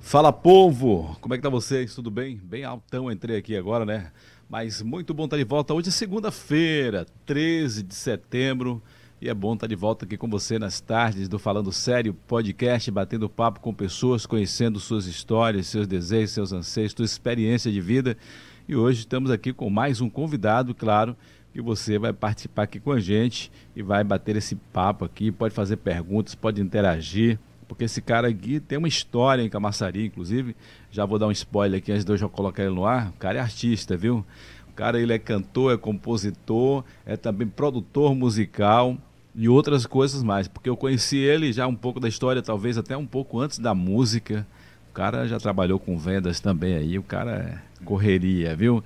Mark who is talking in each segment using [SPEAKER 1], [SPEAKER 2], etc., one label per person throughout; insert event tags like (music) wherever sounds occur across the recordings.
[SPEAKER 1] Fala povo, como é que tá vocês? Tudo bem? Bem altão entrei aqui agora, né? Mas muito bom estar de volta. Hoje é segunda-feira, 13 de setembro, e é bom estar de volta aqui com você nas tardes do Falando Sério, podcast, batendo papo com pessoas, conhecendo suas histórias, seus desejos, seus anseios, sua experiência de vida. E hoje estamos aqui com mais um convidado, claro, que você vai participar aqui com a gente e vai bater esse papo aqui, pode fazer perguntas, pode interagir porque esse cara aqui tem uma história em Camaçari, inclusive. Já vou dar um spoiler aqui antes de eu já colocar ele no ar. O cara é artista, viu? O cara ele é cantor, é compositor, é também produtor musical e outras coisas mais. Porque eu conheci ele já um pouco da história, talvez até um pouco antes da música. O cara já trabalhou com vendas também aí, o cara é correria, viu?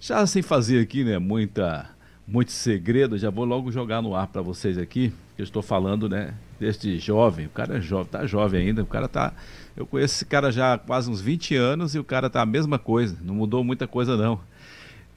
[SPEAKER 1] Já sem fazer aqui, né, muita muito segredo, já vou logo jogar no ar para vocês aqui, que eu estou falando, né, deste jovem, o cara é jovem, tá jovem ainda, o cara tá, eu conheço esse cara já há quase uns 20 anos e o cara tá a mesma coisa, não mudou muita coisa não.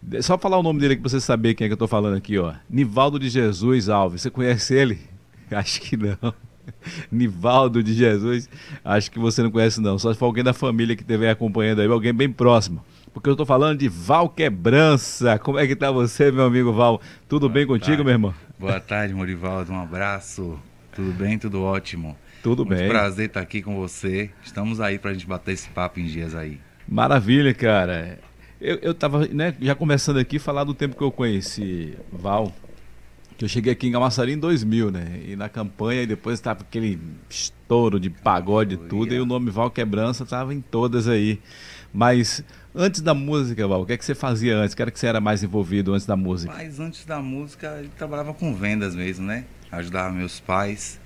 [SPEAKER 1] De- Só falar o nome dele aqui pra você saber quem é que eu tô falando aqui, ó. Nivaldo de Jesus Alves, você conhece ele? (laughs) Acho que não. (laughs) Nivaldo de Jesus, acho que você não conhece não, só se for alguém da família que estiver acompanhando aí, alguém bem próximo. Porque eu tô falando de Val Quebrança. Como é que tá você, meu amigo Val? Tudo bem contigo,
[SPEAKER 2] tarde.
[SPEAKER 1] meu irmão?
[SPEAKER 2] Boa tarde, Morivaldo. Um abraço. Tudo bem? Tudo ótimo.
[SPEAKER 1] Tudo
[SPEAKER 2] Muito
[SPEAKER 1] bem.
[SPEAKER 2] prazer estar aqui com você. Estamos aí pra gente bater esse papo em dias aí.
[SPEAKER 1] Maravilha, cara. Eu, eu tava, né, já começando aqui, falar do tempo que eu conheci Val, que eu cheguei aqui em Camaçari em 2000, né? E na campanha, e depois tava aquele estouro de pagode e tudo, e o nome Val Quebrança tava em todas aí. Mas antes da música, Val, o que é que você fazia antes? Que era que você era mais envolvido antes da música?
[SPEAKER 2] Mas antes da música, eu trabalhava com vendas mesmo, né? Ajudava meus pais.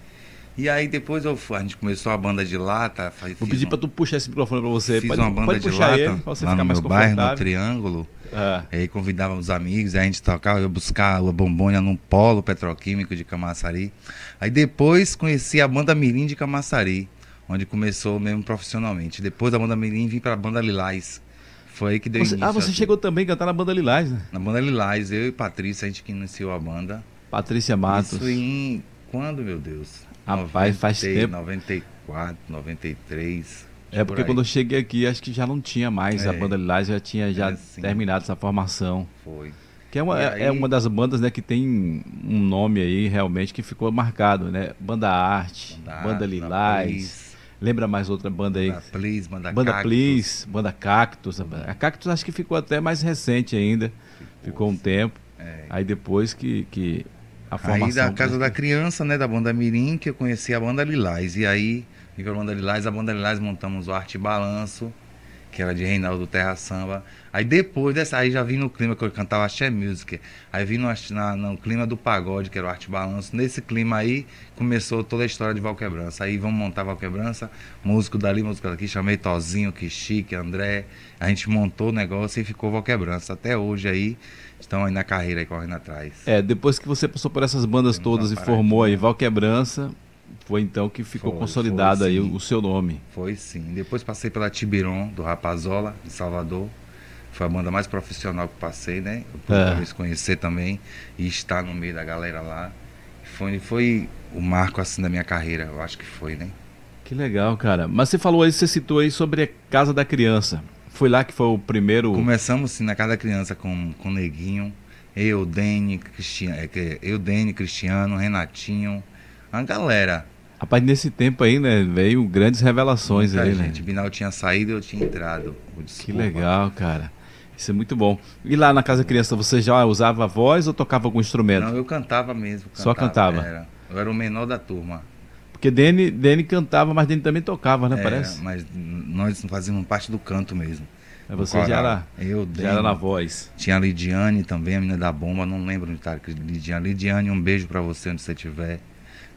[SPEAKER 2] E aí depois eu fu- a gente começou a banda de lata. fa-
[SPEAKER 1] Vou
[SPEAKER 2] fiz
[SPEAKER 1] pedir
[SPEAKER 2] um-
[SPEAKER 1] pra tu puxar esse microfone pra você.
[SPEAKER 2] Fiz
[SPEAKER 1] pode
[SPEAKER 2] uma banda
[SPEAKER 1] pode
[SPEAKER 2] de
[SPEAKER 1] puxar
[SPEAKER 2] lata
[SPEAKER 1] ele, pra você
[SPEAKER 2] lá
[SPEAKER 1] ficar
[SPEAKER 2] no
[SPEAKER 1] mais
[SPEAKER 2] meu bairro, no
[SPEAKER 1] confortável.
[SPEAKER 2] Triângulo.
[SPEAKER 1] Ah,
[SPEAKER 2] E aí convidava os amigos, aí a gente tocava, eu buscava a bombônia num polo petroquímico de Camaçari. Aí depois conheci a banda Mirim de Camaçari, onde começou mesmo profissionalmente. Depois da banda Mirim vim pra banda Lilás. Foi aí que deu
[SPEAKER 1] você,
[SPEAKER 2] início.
[SPEAKER 1] ah, você
[SPEAKER 2] assim.
[SPEAKER 1] chegou também a cantar na banda Lilás, né?
[SPEAKER 2] Na banda Lilás, eu e Patrícia, a gente que iniciou a banda.
[SPEAKER 1] Patrícia Matos.
[SPEAKER 2] Isso em quando, meu Deus?
[SPEAKER 1] Rapaz, faz
[SPEAKER 2] 90,
[SPEAKER 1] tempo.
[SPEAKER 2] 94, 93.
[SPEAKER 1] É
[SPEAKER 2] por
[SPEAKER 1] porque
[SPEAKER 2] aí.
[SPEAKER 1] quando eu cheguei aqui, acho que já não tinha mais a
[SPEAKER 2] É.
[SPEAKER 1] banda Lilás, já tinha já
[SPEAKER 2] É, sim.
[SPEAKER 1] terminado essa formação.
[SPEAKER 2] Foi.
[SPEAKER 1] Que é uma,
[SPEAKER 2] E aí-
[SPEAKER 1] é uma das bandas né, que tem um nome aí realmente que ficou marcado, né? Banda Arte, Banda, Lilás, lembra mais outra banda aí?
[SPEAKER 2] Banda Please, Banda
[SPEAKER 1] banda
[SPEAKER 2] Cactus.
[SPEAKER 1] Please, Banda Cactus. A Cactus acho que ficou até mais recente ainda, ficou um tempo.
[SPEAKER 2] É.
[SPEAKER 1] Aí depois que, que a formação...
[SPEAKER 2] Aí da Casa da Criança, né, da banda Mirim, que eu conheci a banda Lilás. E aí, vim pra banda Lilás, a banda Lilás montamos o Arte Balanço, que era de Reinaldo Terra Samba. Aí depois dessa, aí já vim no clima que eu cantava Axé Music. Aí vim no, ax- na- no clima do pagode, que era o Arte Balanço. Nesse clima aí, começou toda a história de Valquebrança. Aí vamos montar Valquebrança, músico dali, músico daqui, chamei Tozinho, Kixi, André. A gente montou o negócio e ficou Valquebrança. Até hoje aí, estão aí na carreira, aí, correndo atrás.
[SPEAKER 1] É, depois que você passou por essas bandas
[SPEAKER 2] Tem um
[SPEAKER 1] todas e
[SPEAKER 2] paparazzi,
[SPEAKER 1] formou aí
[SPEAKER 2] né?
[SPEAKER 1] Val Quebrança, foi então que ficou
[SPEAKER 2] Foi,
[SPEAKER 1] consolidado
[SPEAKER 2] foi,
[SPEAKER 1] aí
[SPEAKER 2] sim.
[SPEAKER 1] o, o seu nome.
[SPEAKER 2] Foi sim. Depois passei pela Tibiron, do Rapazola, de Salvador. Foi a banda mais profissional que passei, né? Eu pude
[SPEAKER 1] É.
[SPEAKER 2] talvez conhecer também e estar no meio da galera lá. Foi, foi o marco assim da minha carreira, eu acho que foi, né?
[SPEAKER 1] Que legal, cara. Mas você falou aí, você citou aí sobre a Casa da Criança. Foi lá que foi o primeiro.
[SPEAKER 2] Começamos sim na Casa da Criança com, com o Neguinho, eu, Dene, Cristiano, é, que- eu, Dene, Cristiano, Renatinho, a galera.
[SPEAKER 1] Rapaz, nesse tempo aí, né, veio grandes revelações
[SPEAKER 2] Muita
[SPEAKER 1] aí,
[SPEAKER 2] gente.
[SPEAKER 1] né?
[SPEAKER 2] Binal tinha saído e eu tinha entrado. O
[SPEAKER 1] Que
[SPEAKER 2] Desculpa.
[SPEAKER 1] legal, cara. Isso é muito bom. E lá na Casa da Criança, você já usava a voz ou tocava algum instrumento?
[SPEAKER 2] Não, eu cantava mesmo.
[SPEAKER 1] Só cantava?
[SPEAKER 2] era. Eu era o menor da turma.
[SPEAKER 1] Porque Dene, Dene cantava, mas Dene também tocava, né?
[SPEAKER 2] É,
[SPEAKER 1] parece?
[SPEAKER 2] Mas n- nós fazíamos parte do canto mesmo.
[SPEAKER 1] Mas Você
[SPEAKER 2] Do
[SPEAKER 1] já
[SPEAKER 2] um coral.
[SPEAKER 1] era,
[SPEAKER 2] Eu,
[SPEAKER 1] já era
[SPEAKER 2] Dene.
[SPEAKER 1] na voz.
[SPEAKER 2] Tinha a Lidiane também, a menina da bomba, não lembro onde tá. a Lidiane, Lidiane, um beijo pra você onde você estiver.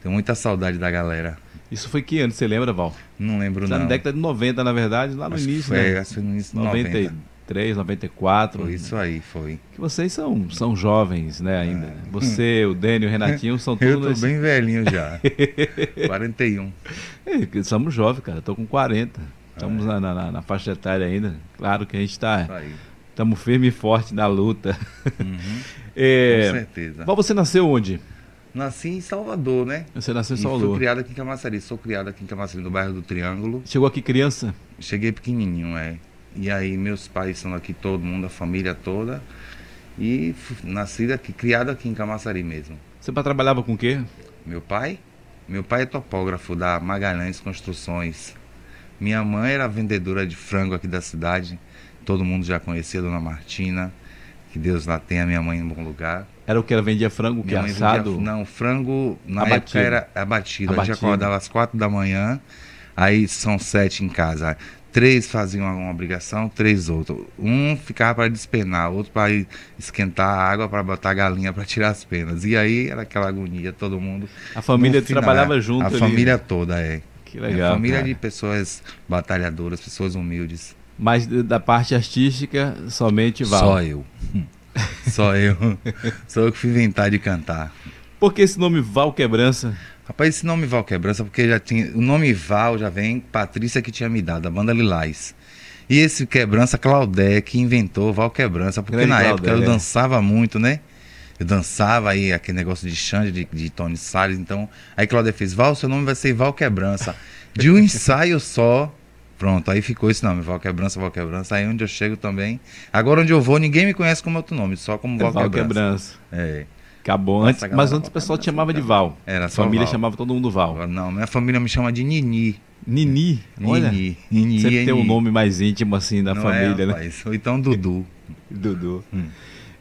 [SPEAKER 2] Tenho muita saudade da galera.
[SPEAKER 1] Isso foi que ano, você lembra, Val?
[SPEAKER 2] Não lembro
[SPEAKER 1] Tá
[SPEAKER 2] não.
[SPEAKER 1] na década de 90, na verdade, lá no
[SPEAKER 2] Acho que
[SPEAKER 1] início,
[SPEAKER 2] foi,
[SPEAKER 1] né?
[SPEAKER 2] acho que foi no início de 90.
[SPEAKER 1] 93, 94.
[SPEAKER 2] Foi isso aí, foi.
[SPEAKER 1] Que vocês são, são jovens, né, ainda.
[SPEAKER 2] (laughs)
[SPEAKER 1] Você, o Dênio, o Renatinho, são
[SPEAKER 2] É. Eu
[SPEAKER 1] todos...
[SPEAKER 2] tô bem velhinho
[SPEAKER 1] (laughs)
[SPEAKER 2] já. 41.
[SPEAKER 1] É, somos jovens, cara. Eu tô com 40. Estamos
[SPEAKER 2] É.
[SPEAKER 1] na, na, na faixa etária ainda. Claro que a gente
[SPEAKER 2] Isso
[SPEAKER 1] tá...
[SPEAKER 2] aí.
[SPEAKER 1] Estamos firme e forte na luta. (laughs)
[SPEAKER 2] Uhum, Com
[SPEAKER 1] É,
[SPEAKER 2] certeza.
[SPEAKER 1] Val, você nasceu onde?
[SPEAKER 2] Nasci em Salvador, né?
[SPEAKER 1] Você nasceu em
[SPEAKER 2] E Fui
[SPEAKER 1] Salvador.
[SPEAKER 2] criado aqui em Camaçari. Sou criado aqui em Camaçari, no bairro do Triângulo.
[SPEAKER 1] Chegou aqui criança?
[SPEAKER 2] Cheguei pequenininho, é. E aí meus pais são aqui, todo mundo, a família toda. E f- nascido aqui, criado aqui em Camaçari mesmo.
[SPEAKER 1] Você pra- trabalhava com o quê?
[SPEAKER 2] Meu pai? Meu pai é topógrafo da Magalhães Construções. Minha mãe era vendedora de frango aqui da cidade. Todo mundo já conhecia a Dona Martina. Que Deus lá tenha minha mãe em bom lugar.
[SPEAKER 1] Era o que? Ela vendia frango, que
[SPEAKER 2] Minha mãe
[SPEAKER 1] assado?
[SPEAKER 2] vendia- não, frango na
[SPEAKER 1] Abatido.
[SPEAKER 2] época era abatido. A gente
[SPEAKER 1] Abatido.
[SPEAKER 2] acordava às quatro da manhã, aí são sete em casa. Três faziam uma obrigação, três outros. Um ficava para despenar, outro para esquentar a água, para botar a galinha, para tirar as penas. E aí era aquela agonia, todo mundo.
[SPEAKER 1] A família
[SPEAKER 2] No final,
[SPEAKER 1] trabalhava
[SPEAKER 2] é,
[SPEAKER 1] junto
[SPEAKER 2] A
[SPEAKER 1] ali.
[SPEAKER 2] família toda, é.
[SPEAKER 1] Que
[SPEAKER 2] É
[SPEAKER 1] legal.
[SPEAKER 2] família
[SPEAKER 1] cara.
[SPEAKER 2] de pessoas batalhadoras, pessoas humildes.
[SPEAKER 1] Mas d- da parte artística, somente Val.
[SPEAKER 2] Só eu. (laughs) Só eu. Só eu que fui inventar de cantar.
[SPEAKER 1] Por que esse nome Val Quebrança?
[SPEAKER 2] Rapaz, esse nome Val Quebrança, porque já tinha. O nome Val já vem Patrícia que tinha me dado, a banda Lilás. E esse Quebrança, Claudé, que inventou Val Quebrança, porque
[SPEAKER 1] Grande
[SPEAKER 2] na
[SPEAKER 1] Claudé,
[SPEAKER 2] época eu
[SPEAKER 1] é.
[SPEAKER 2] dançava muito, né? Eu dançava aí aquele negócio de Xande, de, de Tony Salles, então. Aí Claudé fez, Val, seu nome vai ser Val Quebrança.
[SPEAKER 1] (laughs)
[SPEAKER 2] De um ensaio só. Pronto, aí ficou esse nome, Val Quebrança, Val Quebrança. Aí onde eu chego também. Agora onde eu vou, ninguém me conhece como outro nome, só como
[SPEAKER 1] É
[SPEAKER 2] Val,
[SPEAKER 1] Val
[SPEAKER 2] Quebrança.
[SPEAKER 1] Quebrança.
[SPEAKER 2] É.
[SPEAKER 1] Acabou. Antes,
[SPEAKER 2] Essa galera
[SPEAKER 1] mas antes o
[SPEAKER 2] Val
[SPEAKER 1] pessoal te
[SPEAKER 2] Quebrança,
[SPEAKER 1] chamava de
[SPEAKER 2] cara.
[SPEAKER 1] Val.
[SPEAKER 2] Era
[SPEAKER 1] A
[SPEAKER 2] só
[SPEAKER 1] família
[SPEAKER 2] Val.
[SPEAKER 1] chamava todo mundo Val.
[SPEAKER 2] Agora, Não, minha família me chama de Nini.
[SPEAKER 1] Nini. Olha,
[SPEAKER 2] Nini. Nini
[SPEAKER 1] sempre
[SPEAKER 2] é
[SPEAKER 1] tem um
[SPEAKER 2] Nini.
[SPEAKER 1] nome mais íntimo assim da
[SPEAKER 2] Não
[SPEAKER 1] família, né?
[SPEAKER 2] é, rapaz. Ou então Dudu.
[SPEAKER 1] Dudu.
[SPEAKER 2] Hum.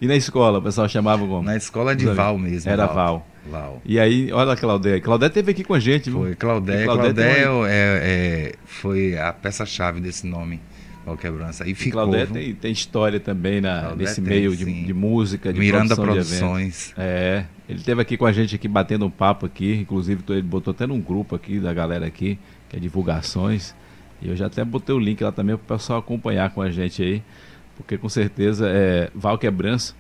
[SPEAKER 1] E na escola, o pessoal chamava como?
[SPEAKER 2] Na escola de
[SPEAKER 1] Sabe?
[SPEAKER 2] Val mesmo.
[SPEAKER 1] Era Val.
[SPEAKER 2] Val.
[SPEAKER 1] E aí, olha a Claudé. Claudé teve aqui com a gente, viu?
[SPEAKER 2] Foi Claudé.
[SPEAKER 1] E Claudé
[SPEAKER 2] Claudé
[SPEAKER 1] tem
[SPEAKER 2] é, é, foi a peça-chave desse nome, Val Quebrança. E
[SPEAKER 1] E
[SPEAKER 2] ficou.
[SPEAKER 1] Claudé
[SPEAKER 2] viu?
[SPEAKER 1] tem, tem história também na-
[SPEAKER 2] Claudé
[SPEAKER 1] nesse
[SPEAKER 2] tem,
[SPEAKER 1] meio de,
[SPEAKER 2] sim.
[SPEAKER 1] de música, de
[SPEAKER 2] Miranda
[SPEAKER 1] produção de eventos.
[SPEAKER 2] Produções.
[SPEAKER 1] É, ele teve aqui com a gente aqui batendo um papo aqui, inclusive tô- ele botou até num grupo aqui da galera aqui, que é divulgações. E eu já até botei o link lá também para o pessoal acompanhar com a gente aí, porque com certeza é Val Quebrança,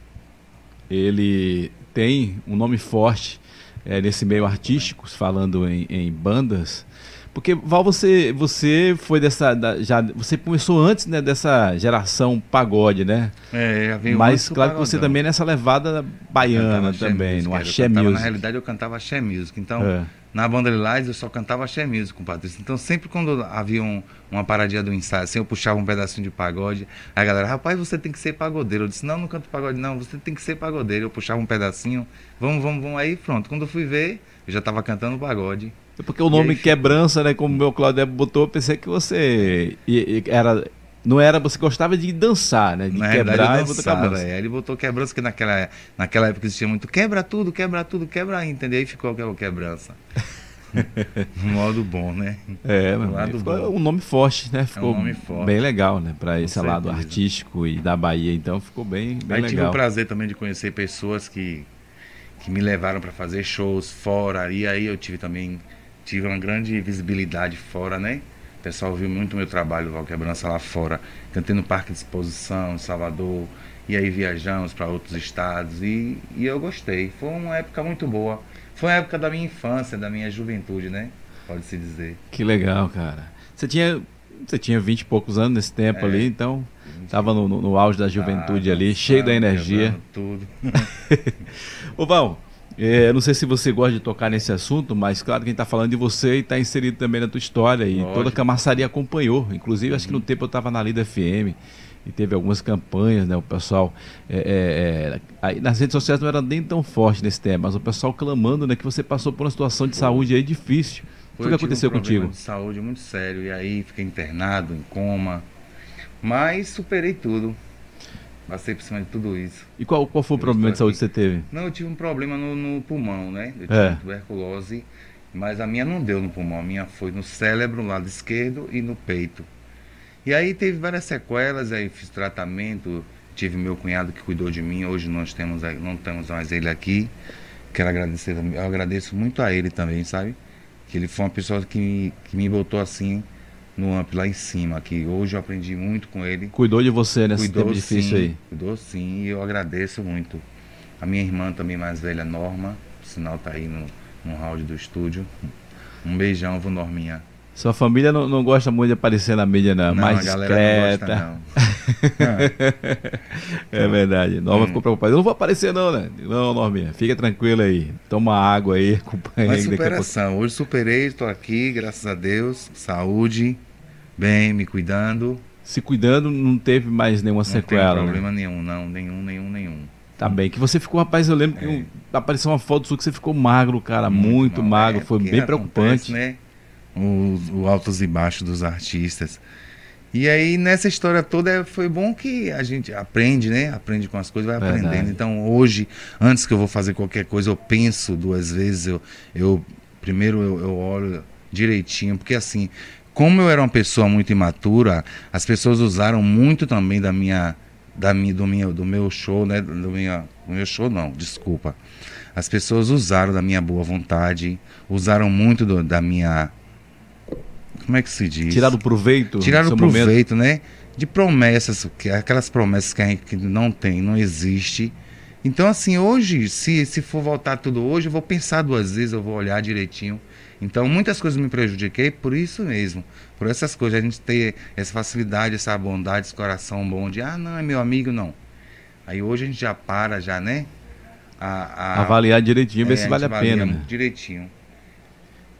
[SPEAKER 1] ele tem um nome forte é, nesse meio artístico, falando em, em bandas. Porque Val, você você foi dessa da- já você começou antes, né, dessa geração pagode, né?
[SPEAKER 2] É, já veio
[SPEAKER 1] Mas
[SPEAKER 2] antes do
[SPEAKER 1] claro que você
[SPEAKER 2] Pagodão.
[SPEAKER 1] também é nessa levada
[SPEAKER 2] Cantava
[SPEAKER 1] baiana
[SPEAKER 2] axé
[SPEAKER 1] também,
[SPEAKER 2] music,
[SPEAKER 1] no
[SPEAKER 2] era, eu
[SPEAKER 1] axé
[SPEAKER 2] cantava- Na
[SPEAKER 1] music.
[SPEAKER 2] realidade, eu cantava axé music. Então,
[SPEAKER 1] É.
[SPEAKER 2] na banda Lilás, eu só cantava axé music com o Patrícia. Então, sempre quando havia um- uma paradinha do ensaio, assim, eu puxava um pedacinho de pagode. A galera, rapaz, você tem que ser pagodeiro. Eu disse, não, não canto pagode, não. Você tem que ser pagodeiro. Eu puxava um pedacinho. Vamos, vamos, vamos. Aí, pronto. Quando eu fui ver, eu já estava cantando pagode.
[SPEAKER 1] É Porque o
[SPEAKER 2] E
[SPEAKER 1] nome
[SPEAKER 2] aí-
[SPEAKER 1] quebrança, né, como o meu Claudio botou, eu pensei que você e- e era não era, você gostava de dançar, né, de
[SPEAKER 2] Na
[SPEAKER 1] quebrar
[SPEAKER 2] realidade,
[SPEAKER 1] e
[SPEAKER 2] eu
[SPEAKER 1] botar
[SPEAKER 2] dançava,
[SPEAKER 1] quebrança.
[SPEAKER 2] é. Aí Ele botou quebrança, que naquela, naquela época existia muito quebra tudo, quebra tudo, quebra aí, entendeu? Aí ficou
[SPEAKER 1] (laughs)
[SPEAKER 2] aquela quebrança. um modo bom, né?
[SPEAKER 1] É, meu
[SPEAKER 2] Do lado
[SPEAKER 1] amigo, ficou
[SPEAKER 2] bom.
[SPEAKER 1] um nome forte, né? Ficou
[SPEAKER 2] nome forte.
[SPEAKER 1] bem legal, né, para esse lado
[SPEAKER 2] certeza.
[SPEAKER 1] artístico e da Bahia, então ficou bem, bem
[SPEAKER 2] Aí tive o
[SPEAKER 1] legal.
[SPEAKER 2] prazer também de conhecer pessoas que, que me levaram para fazer shows fora. E aí eu tive também tive uma grande visibilidade fora, né? O pessoal viu muito meu trabalho Val Quebrança lá fora. Cantei no Parque de Exposição, em Salvador. E aí viajamos para outros estados. E, e eu gostei. Foi uma época muito boa. Foi a época da minha infância, da minha juventude, né? Pode-se dizer.
[SPEAKER 1] Que legal, cara. Você tinha você tinha 20 e poucos anos nesse tempo
[SPEAKER 2] É. Ah,
[SPEAKER 1] ali, então tava no, no- no auge da juventude ali, cheio da
[SPEAKER 2] Dançando,
[SPEAKER 1] energia.
[SPEAKER 2] quebrando Tudo.
[SPEAKER 1] Ô Val, é, eu não sei se você gosta de tocar nesse assunto, mas claro, quem tá falando de você e tá inserido também na tua história. E
[SPEAKER 2] Lógico.
[SPEAKER 1] toda a camaçaria acompanhou. Inclusive, acho que no tempo eu tava na Lida FM e teve algumas campanhas, né? O pessoal. é, é, é, aí nas redes sociais não era nem tão forte nesse tema, mas o pessoal clamando, né, que você passou por uma situação de saúde aí difícil. Foi o que
[SPEAKER 2] Eu tive
[SPEAKER 1] aconteceu
[SPEAKER 2] um problema
[SPEAKER 1] contigo?
[SPEAKER 2] De saúde muito sério. E aí fiquei internado, em coma. Mas superei tudo. Passei por cima de tudo isso.
[SPEAKER 1] E qual, qual foi o
[SPEAKER 2] Eu
[SPEAKER 1] problema de
[SPEAKER 2] estou
[SPEAKER 1] saúde que você teve?
[SPEAKER 2] Não, eu tive um problema no, no pulmão, né? Eu tive
[SPEAKER 1] É.
[SPEAKER 2] tuberculose. Mas a minha não deu no pulmão. A minha foi no cérebro, lado esquerdo e no peito. E aí teve várias sequelas. Aí fiz tratamento. Tive meu cunhado que cuidou de mim. Hoje nós temos, não temos mais ele aqui. Quero agradecer também. Eu agradeço muito a ele também, sabe? Que ele foi uma pessoa que me, que me botou assim no amp lá em cima. Que hoje eu aprendi muito com ele.
[SPEAKER 1] Cuidou de você nesse
[SPEAKER 2] Cuidou
[SPEAKER 1] tempo difícil
[SPEAKER 2] sim,
[SPEAKER 1] aí?
[SPEAKER 2] Cuidou sim, e eu agradeço muito. A minha irmã também mais velha, Norma, o sinal tá aí no, no round do estúdio. Um beijão, vou Norminha.
[SPEAKER 1] Sua família não, não gosta muito de aparecer na mídia, não.
[SPEAKER 2] Não,
[SPEAKER 1] mais
[SPEAKER 2] a galera não
[SPEAKER 1] discreta. (laughs)
[SPEAKER 2] gosta, né? não.
[SPEAKER 1] É verdade.
[SPEAKER 2] Hum.
[SPEAKER 1] Norma ficou preocupada. Eu não vou aparecer, não, né? Não, Norminha, fica tranquila aí. Toma água aí, (laughs) acompanha
[SPEAKER 2] Mas
[SPEAKER 1] aí daqui a pouco.
[SPEAKER 2] superação. Hoje superei, estou aqui, graças a Deus. Saúde, bem, me cuidando.
[SPEAKER 1] Se cuidando, não teve mais nenhuma
[SPEAKER 2] Não tem
[SPEAKER 1] sequela. né?
[SPEAKER 2] problema nenhum, não. Nenhum, nenhum, nenhum.
[SPEAKER 1] Tá bem. Que você ficou, rapaz, eu
[SPEAKER 2] É.
[SPEAKER 1] lembro que um- apareceu uma foto sua que você ficou magro, cara. Muito,
[SPEAKER 2] mal,
[SPEAKER 1] magro.
[SPEAKER 2] é,
[SPEAKER 1] Foi
[SPEAKER 2] porque
[SPEAKER 1] bem
[SPEAKER 2] acontece,
[SPEAKER 1] preocupante.
[SPEAKER 2] né? Os, os altos e baixos dos artistas. E aí, nessa história toda, é- foi bom que a gente aprende, né? Aprende com as coisas, vai
[SPEAKER 1] Verdade.
[SPEAKER 2] aprendendo. Então, hoje, antes que eu vou fazer qualquer coisa, eu penso duas vezes. Eu, eu Primeiro, eu, eu olho direitinho, porque assim, como eu era uma pessoa muito imatura, as pessoas usaram muito também da minha. Da minha, do, minha, do meu show, né? Do, minha, do meu show, não, desculpa. As pessoas usaram da minha boa vontade, usaram muito do- da minha. Como é que se diz?
[SPEAKER 1] Tirar do proveito.
[SPEAKER 2] Tiraram
[SPEAKER 1] do
[SPEAKER 2] o
[SPEAKER 1] seu momento.
[SPEAKER 2] proveito, né? De promessas, que- aquelas promessas que a gente não tem, não existe. Então, assim, hoje, se, se for voltar tudo hoje, eu vou pensar duas vezes, eu vou olhar direitinho. Então, muitas coisas me prejudiquei por isso mesmo. Por essas coisas, a gente ter essa facilidade, essa bondade, esse coração bom de, ah, não, é meu amigo, não. Aí hoje a gente já para, já, né? A, a-
[SPEAKER 1] Avaliar direitinho, ver
[SPEAKER 2] é,
[SPEAKER 1] se
[SPEAKER 2] gente
[SPEAKER 1] vale a
[SPEAKER 2] avalia
[SPEAKER 1] pena. né?
[SPEAKER 2] Direitinho.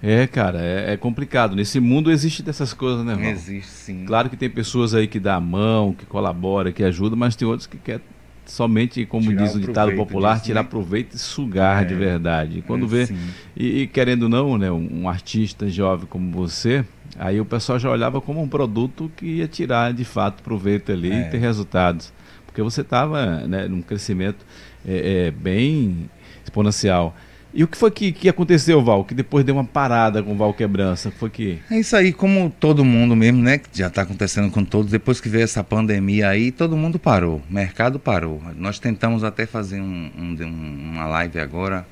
[SPEAKER 1] É, cara, é, é complicado. Nesse mundo existe dessas coisas, né,
[SPEAKER 2] Não
[SPEAKER 1] irmão?
[SPEAKER 2] existe, sim.
[SPEAKER 1] Claro que tem pessoas aí que dá a mão, que colabora, que ajuda, mas tem outros que quer somente, como
[SPEAKER 2] Tirar
[SPEAKER 1] diz o
[SPEAKER 2] o
[SPEAKER 1] ditado
[SPEAKER 2] proveito
[SPEAKER 1] popular,
[SPEAKER 2] disso,
[SPEAKER 1] tirar
[SPEAKER 2] né?
[SPEAKER 1] proveito e sugar de
[SPEAKER 2] É.
[SPEAKER 1] verdade. E quando
[SPEAKER 2] É,
[SPEAKER 1] vê,
[SPEAKER 2] sim.
[SPEAKER 1] e, e querendo ou não, né, um um artista jovem como você, aí o pessoal já olhava como um produto que ia tirar de fato proveito ali e
[SPEAKER 2] É.
[SPEAKER 1] ter resultados. Porque você estava né, num crescimento é, é, bem exponencial. E o que foi que, que aconteceu, Val? Que depois deu uma parada com o Val Quebrança? O que Foi que.
[SPEAKER 2] É isso aí, como todo mundo mesmo, né? Que já está acontecendo com todos. Depois que veio essa pandemia aí, todo mundo parou. O mercado parou. Nós tentamos até fazer um- um- um- uma live agora.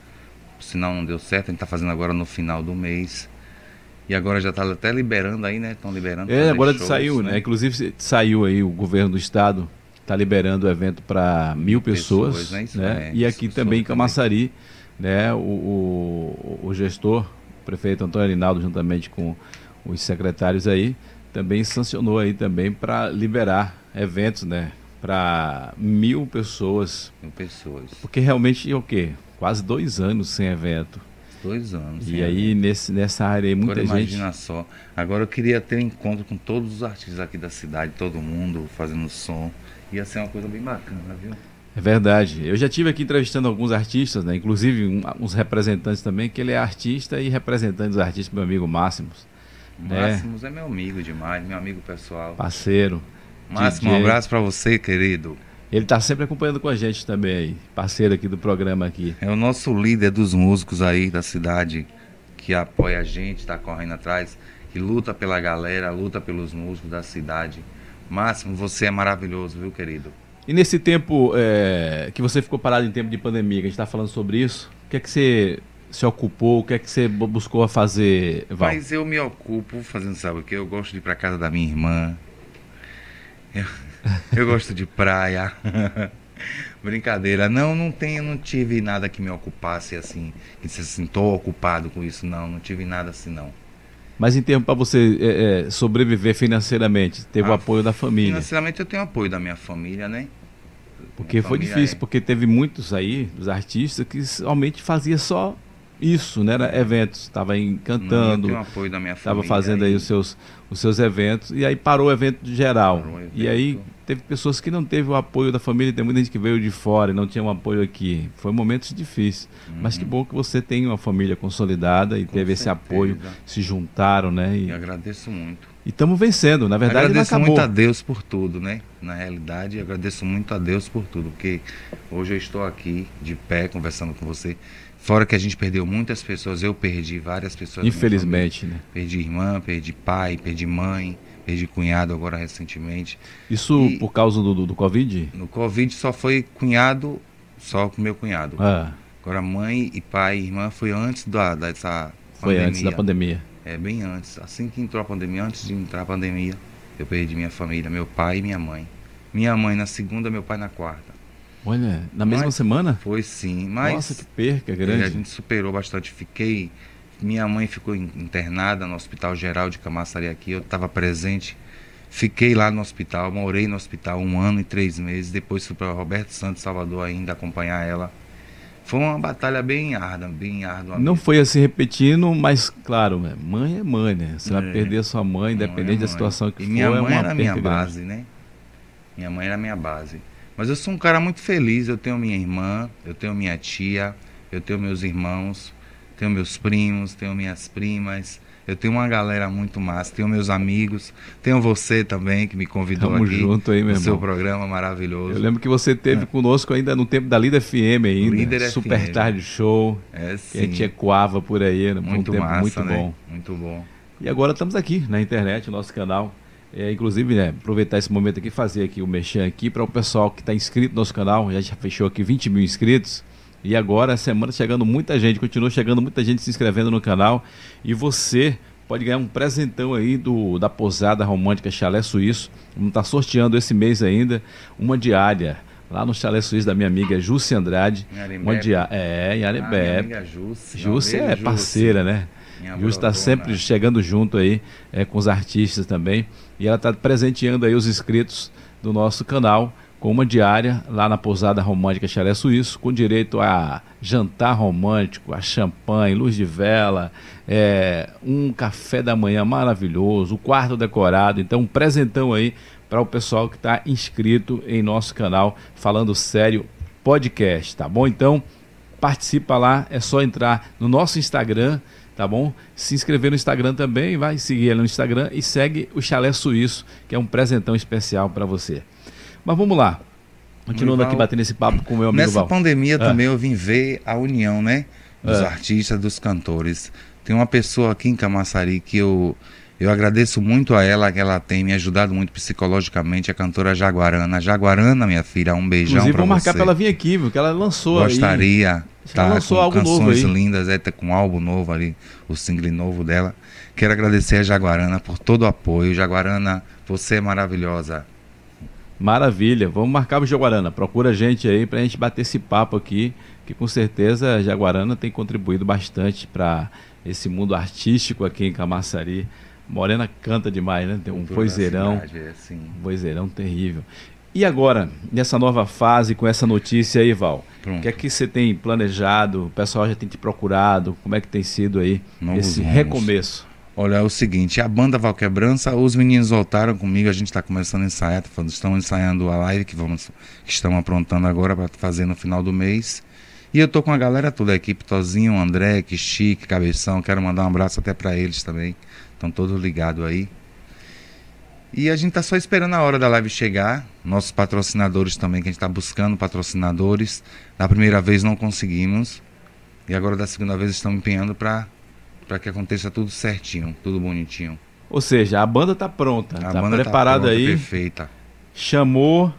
[SPEAKER 2] O sinal não deu certo. A gente está fazendo agora no final do mês. E agora já está até liberando aí, né? Estão liberando.
[SPEAKER 1] É,
[SPEAKER 2] fazer
[SPEAKER 1] agora
[SPEAKER 2] shows,
[SPEAKER 1] saiu, né? Inclusive se- saiu aí o governo do estado está liberando o evento para mil pessoas,
[SPEAKER 2] Pessoas, né? Isso
[SPEAKER 1] né?
[SPEAKER 2] é,
[SPEAKER 1] e aqui
[SPEAKER 2] isso
[SPEAKER 1] também em
[SPEAKER 2] também.
[SPEAKER 1] Camaçari, né? O, o, o gestor, o prefeito Antônio Rinaldo, juntamente com os secretários aí, também sancionou aí também para liberar eventos, né? Para mil pessoas,
[SPEAKER 2] Mil pessoas.
[SPEAKER 1] porque realmente é o quê? Quase dois anos sem evento.
[SPEAKER 2] Dois anos.
[SPEAKER 1] e
[SPEAKER 2] né?
[SPEAKER 1] aí nesse, nessa área aí muita
[SPEAKER 2] Agora
[SPEAKER 1] gente
[SPEAKER 2] imagina só. Agora eu queria ter um encontro com todos os artistas aqui da cidade, todo mundo fazendo som. Ia ser uma coisa bem bacana, viu?
[SPEAKER 1] É verdade. Eu já tive aqui entrevistando alguns artistas, né? inclusive um- uns representantes também, que ele é artista e representante dos artistas, meu amigo Máximos, né?
[SPEAKER 2] Máximos é meu amigo demais, meu amigo pessoal.
[SPEAKER 1] parceiro.
[SPEAKER 2] Máximo, um
[SPEAKER 1] DJ.
[SPEAKER 2] abraço pra você, querido.
[SPEAKER 1] Ele está sempre acompanhando com a gente também aí, parceiro aqui do programa aqui.
[SPEAKER 2] É o nosso líder dos músicos aí da cidade que apoia a gente, tá correndo atrás, que luta pela galera, luta pelos músicos da cidade. Máximo, você é maravilhoso, viu, querido?
[SPEAKER 1] E nesse tempo é, que você ficou parado em tempo de pandemia, que a gente está falando sobre isso, o que é que você se ocupou, o que é que você bu- buscou a fazer, Val?
[SPEAKER 2] Mas eu me ocupo fazendo, sabe o que? Eu gosto de ir pra casa da minha irmã. Eu, eu gosto de praia. (laughs) Brincadeira. Não, não tenho, não tive nada que me ocupasse assim. Que se assim, tô ocupado com isso, não. Não tive nada assim, não.
[SPEAKER 1] Mas em tempo para você é, é, sobreviver financeiramente, teve o
[SPEAKER 2] Ah,
[SPEAKER 1] apoio da família.
[SPEAKER 2] Financeiramente eu tenho apoio da minha família, né?
[SPEAKER 1] Porque
[SPEAKER 2] Minha
[SPEAKER 1] foi
[SPEAKER 2] família
[SPEAKER 1] difícil,
[SPEAKER 2] é-
[SPEAKER 1] porque teve muitos aí, dos artistas, que realmente fazia só isso, né? Era eventos, estava
[SPEAKER 2] Eu tenho
[SPEAKER 1] cantando,
[SPEAKER 2] apoio da minha família.
[SPEAKER 1] estava fazendo aí os seus, os seus eventos, e aí parou o evento de geral.
[SPEAKER 2] Parou o evento.
[SPEAKER 1] E aí teve pessoas que não teve o apoio da família, tem muita gente que veio de fora e não tinha um apoio aqui. Foi momentos difíceis. Mas que bom que você tem uma família consolidada e
[SPEAKER 2] Uhum. Com
[SPEAKER 1] teve esse
[SPEAKER 2] certeza.
[SPEAKER 1] apoio, se juntaram, né?
[SPEAKER 2] E
[SPEAKER 1] E
[SPEAKER 2] agradeço muito.
[SPEAKER 1] estamos vencendo. Na verdade, não
[SPEAKER 2] agradeço
[SPEAKER 1] acabou.
[SPEAKER 2] muito a Deus por tudo, né? Na realidade, agradeço muito a Deus por tudo, porque hoje eu estou aqui de pé conversando com você. Fora que a gente perdeu muitas pessoas, eu perdi várias pessoas. da minha
[SPEAKER 1] Infelizmente, né?
[SPEAKER 2] família. Perdi irmã, perdi pai, perdi mãe, perdi cunhado agora recentemente.
[SPEAKER 1] Isso
[SPEAKER 2] E-
[SPEAKER 1] por causa do, do, do Covid?
[SPEAKER 2] No Covid só foi cunhado, só com meu cunhado.
[SPEAKER 1] Ah,
[SPEAKER 2] Agora mãe e pai e irmã foi antes da, dessa
[SPEAKER 1] foi antes da pandemia.
[SPEAKER 2] É, bem antes. Assim que entrou a pandemia, antes de entrar a pandemia, eu perdi minha família, meu pai e minha mãe. Minha mãe na segunda, meu pai na quarta.
[SPEAKER 1] Olha, na mesma
[SPEAKER 2] Mas-
[SPEAKER 1] semana?
[SPEAKER 2] Foi sim, mas
[SPEAKER 1] Nossa, que perca
[SPEAKER 2] a
[SPEAKER 1] grande.
[SPEAKER 2] gente superou bastante. Fiquei. Minha mãe ficou in- internada no Hospital Geral de Camaçari aqui. Eu estava presente. Fiquei lá no hospital, morei no hospital um ano e três meses. Depois fui para Roberto Santos, Salvador, ainda acompanhar ela. Foi uma batalha bem árdua, bem árdua.
[SPEAKER 1] Não
[SPEAKER 2] mesmo.
[SPEAKER 1] foi assim repetindo, mas claro, né, mãe é mãe, né? Você vai
[SPEAKER 2] É.
[SPEAKER 1] perder a sua mãe,
[SPEAKER 2] Mãe é
[SPEAKER 1] independente da
[SPEAKER 2] mãe.
[SPEAKER 1] situação que
[SPEAKER 2] E
[SPEAKER 1] for,
[SPEAKER 2] minha
[SPEAKER 1] é
[SPEAKER 2] mãe
[SPEAKER 1] uma
[SPEAKER 2] era a minha
[SPEAKER 1] perda grande.
[SPEAKER 2] base, né? Minha mãe era a minha base. Mas eu sou um cara muito feliz. Eu tenho minha irmã, eu tenho minha tia, eu tenho meus irmãos, tenho meus primos, tenho minhas primas. Eu tenho uma galera muito massa, tenho meus amigos, tenho você também que me convidou
[SPEAKER 1] Tamo
[SPEAKER 2] aqui
[SPEAKER 1] junto aí, meu
[SPEAKER 2] no seu
[SPEAKER 1] irmão.
[SPEAKER 2] programa maravilhoso.
[SPEAKER 1] Eu lembro que você teve conosco ainda no tempo da Líder FM ainda,
[SPEAKER 2] Líder
[SPEAKER 1] Super
[SPEAKER 2] FM.
[SPEAKER 1] Tarde Show,
[SPEAKER 2] É
[SPEAKER 1] que
[SPEAKER 2] sim.
[SPEAKER 1] a gente ecoava por aí, né? Foi
[SPEAKER 2] muito
[SPEAKER 1] um tempo
[SPEAKER 2] massa,
[SPEAKER 1] muito
[SPEAKER 2] né?
[SPEAKER 1] bom.
[SPEAKER 2] Muito bom.
[SPEAKER 1] E agora estamos aqui na internet, no nosso canal. É, inclusive, né, aproveitar esse momento aqui, fazer aqui o mexer aqui para o pessoal que está inscrito no nosso canal. Já, já fechou aqui 20 mil inscritos. E agora, semana chegando muita gente, continua chegando muita gente se inscrevendo no canal. E você pode ganhar um presentão aí do, da Posada Romântica Chalé Suíço. Vamos estar sorteando esse mês ainda uma diária lá no Chalé Suíço da minha amiga Júcia Andrade.
[SPEAKER 2] Em Arembepe.
[SPEAKER 1] Uma diária. É, em
[SPEAKER 2] Ah, minha
[SPEAKER 1] Arebep.
[SPEAKER 2] amiga Jússi. Um
[SPEAKER 1] Júcia
[SPEAKER 2] beijo,
[SPEAKER 1] é
[SPEAKER 2] Jússi.
[SPEAKER 1] parceira, né?
[SPEAKER 2] Minha
[SPEAKER 1] Júlia está
[SPEAKER 2] brotona.
[SPEAKER 1] sempre chegando junto aí é, com os artistas também. E ela está presenteando aí os inscritos do nosso canal com uma diária lá na Pousada Romântica Chalé Suíço, com direito a jantar romântico, a champanhe, luz de vela, é, um café da manhã maravilhoso, o quarto decorado. Então, um presentão aí para o pessoal que está inscrito em nosso canal Falando Sério Podcast, tá bom? Então, participa lá, é só entrar no nosso Instagram, tá bom? Se inscrever no Instagram também, vai seguir ela no Instagram e segue o Chalé Suíço, que é um presentão especial para você. Mas vamos lá. Continuando
[SPEAKER 2] Val.
[SPEAKER 1] aqui batendo esse papo com o meu amigo
[SPEAKER 2] Nessa
[SPEAKER 1] Val.
[SPEAKER 2] pandemia
[SPEAKER 1] Ah. É.
[SPEAKER 2] também eu vim ver a união, né? Dos artistas, dos cantores. Tem uma pessoa aqui em Camaçari que eu, eu agradeço muito a ela, que ela tem me ajudado muito psicologicamente, a cantora Jaguarana. Jaguarana, minha filha, um beijão
[SPEAKER 1] Inclusive,
[SPEAKER 2] pra
[SPEAKER 1] vamos marcar
[SPEAKER 2] você.
[SPEAKER 1] para ela vir aqui, porque ela lançou aí.
[SPEAKER 2] Gostaria.
[SPEAKER 1] Acho que
[SPEAKER 2] Tá
[SPEAKER 1] ela lançou
[SPEAKER 2] com
[SPEAKER 1] algo novo
[SPEAKER 2] canções
[SPEAKER 1] aí.
[SPEAKER 2] lindas, é, tá com um álbum novo ali, o single novo dela. Quero agradecer a Jaguarana por todo o apoio. Jaguarana, você é maravilhosa.
[SPEAKER 1] Maravilha. Vamos marcar o Jaguarana. Procura a gente aí pra gente bater esse papo aqui, que com certeza a Jaguarana tem contribuído bastante para esse mundo artístico aqui em Camaçari. Morena canta demais, né? Tem um
[SPEAKER 2] Cultura da
[SPEAKER 1] vozeirão.
[SPEAKER 2] cidade, é, sim.
[SPEAKER 1] Um Vozeirão terrível. E agora, nessa nova fase, com essa notícia aí, Val? O
[SPEAKER 2] Pronto.
[SPEAKER 1] que é que você tem planejado? O pessoal já tem te procurado? Como é que tem sido aí
[SPEAKER 2] Novos
[SPEAKER 1] esse
[SPEAKER 2] rumos.
[SPEAKER 1] recomeço?
[SPEAKER 2] Olha, é o seguinte, a banda Valquebrança, os meninos voltaram comigo, a gente está começando a ensaiar, tá falando, estão ensaiando a live que vamos, que estão aprontando agora para fazer no final do mês. E eu tô com a galera toda, a equipe Tozinho, André, que Chique, Cabeção, quero mandar um abraço até para eles também. Estão todos ligados aí. E a gente tá só esperando a hora da live chegar. Nossos patrocinadores também, que a gente tá buscando patrocinadores. Na primeira vez não conseguimos. E agora da segunda vez estamos empenhando para para que aconteça tudo certinho, tudo bonitinho.
[SPEAKER 1] Ou seja, a banda tá pronta,
[SPEAKER 2] A
[SPEAKER 1] tá
[SPEAKER 2] banda tá
[SPEAKER 1] preparada
[SPEAKER 2] pronta,
[SPEAKER 1] aí,
[SPEAKER 2] Perfeita.
[SPEAKER 1] chamou,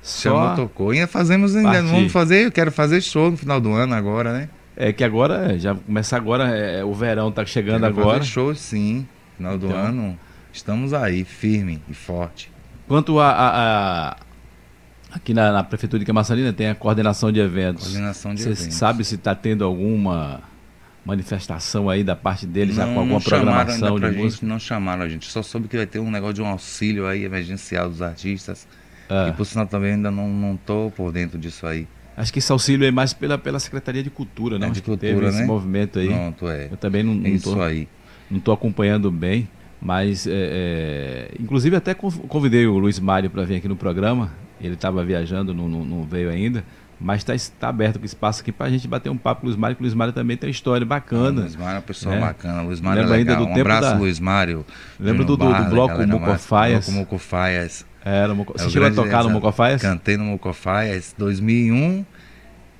[SPEAKER 2] Chamou,
[SPEAKER 1] só
[SPEAKER 2] tocou. E ainda fazemos ainda.
[SPEAKER 1] Partir.
[SPEAKER 2] Vamos fazer, eu quero fazer show no final do ano agora, né?
[SPEAKER 1] é que agora é, já começa agora, é, o verão tá chegando
[SPEAKER 2] Quero
[SPEAKER 1] agora.
[SPEAKER 2] Fazer show sim. Final do
[SPEAKER 1] Então.
[SPEAKER 2] ano. Estamos aí, firme e forte.
[SPEAKER 1] Quanto a, a- a- aqui na, na prefeitura de Camaçarina tem a coordenação de eventos.
[SPEAKER 2] Coordenação de
[SPEAKER 1] Você
[SPEAKER 2] eventos.
[SPEAKER 1] sabe se está tendo alguma manifestação aí da parte deles, já com alguma
[SPEAKER 2] Hum, chamaram ainda
[SPEAKER 1] programação de
[SPEAKER 2] pra gente,
[SPEAKER 1] música?
[SPEAKER 2] Não chamaram a gente. Só soube que vai ter um negócio de um auxílio aí emergencial dos artistas.
[SPEAKER 1] Ah.
[SPEAKER 2] E por sinal também ainda não, não tô por dentro disso aí.
[SPEAKER 1] Acho que esse auxílio é mais pela, pela Secretaria de Cultura, né?
[SPEAKER 2] É de
[SPEAKER 1] Acho que
[SPEAKER 2] cultura,
[SPEAKER 1] teve esse
[SPEAKER 2] né?
[SPEAKER 1] movimento Tá aí.
[SPEAKER 2] Pronto, é.
[SPEAKER 1] Eu também não,
[SPEAKER 2] É
[SPEAKER 1] não,
[SPEAKER 2] isso
[SPEAKER 1] tô,
[SPEAKER 2] aí.
[SPEAKER 1] não tô acompanhando bem, mas é, é, inclusive até conv- convidei o Luiz Mário para vir aqui no programa. Ele estava viajando, não, não- não veio ainda. Mas está tá aberto o espaço aqui para a gente bater um papo com o Luiz Mário, que o Luiz Mário também tem uma história bacana.
[SPEAKER 2] Luiz Mário é uma pessoa
[SPEAKER 1] né?
[SPEAKER 2] bacana. Luiz Mário
[SPEAKER 1] Lembra
[SPEAKER 2] é
[SPEAKER 1] ainda
[SPEAKER 2] legal.
[SPEAKER 1] do
[SPEAKER 2] um
[SPEAKER 1] tempo
[SPEAKER 2] abraço,
[SPEAKER 1] da-
[SPEAKER 2] Luiz Mário.
[SPEAKER 1] Lembra
[SPEAKER 2] Júnior
[SPEAKER 1] do- do- do
[SPEAKER 2] Barra,
[SPEAKER 1] bloco
[SPEAKER 2] galera massa.
[SPEAKER 1] Mocofaias?
[SPEAKER 2] Bloco Mocofaias.
[SPEAKER 1] Era uma co-
[SPEAKER 2] É
[SPEAKER 1] Você
[SPEAKER 2] o
[SPEAKER 1] chegou a
[SPEAKER 2] grande
[SPEAKER 1] tocar no
[SPEAKER 2] dessa-
[SPEAKER 1] Mocofaias?
[SPEAKER 2] Cantei no Mocofaias 2001,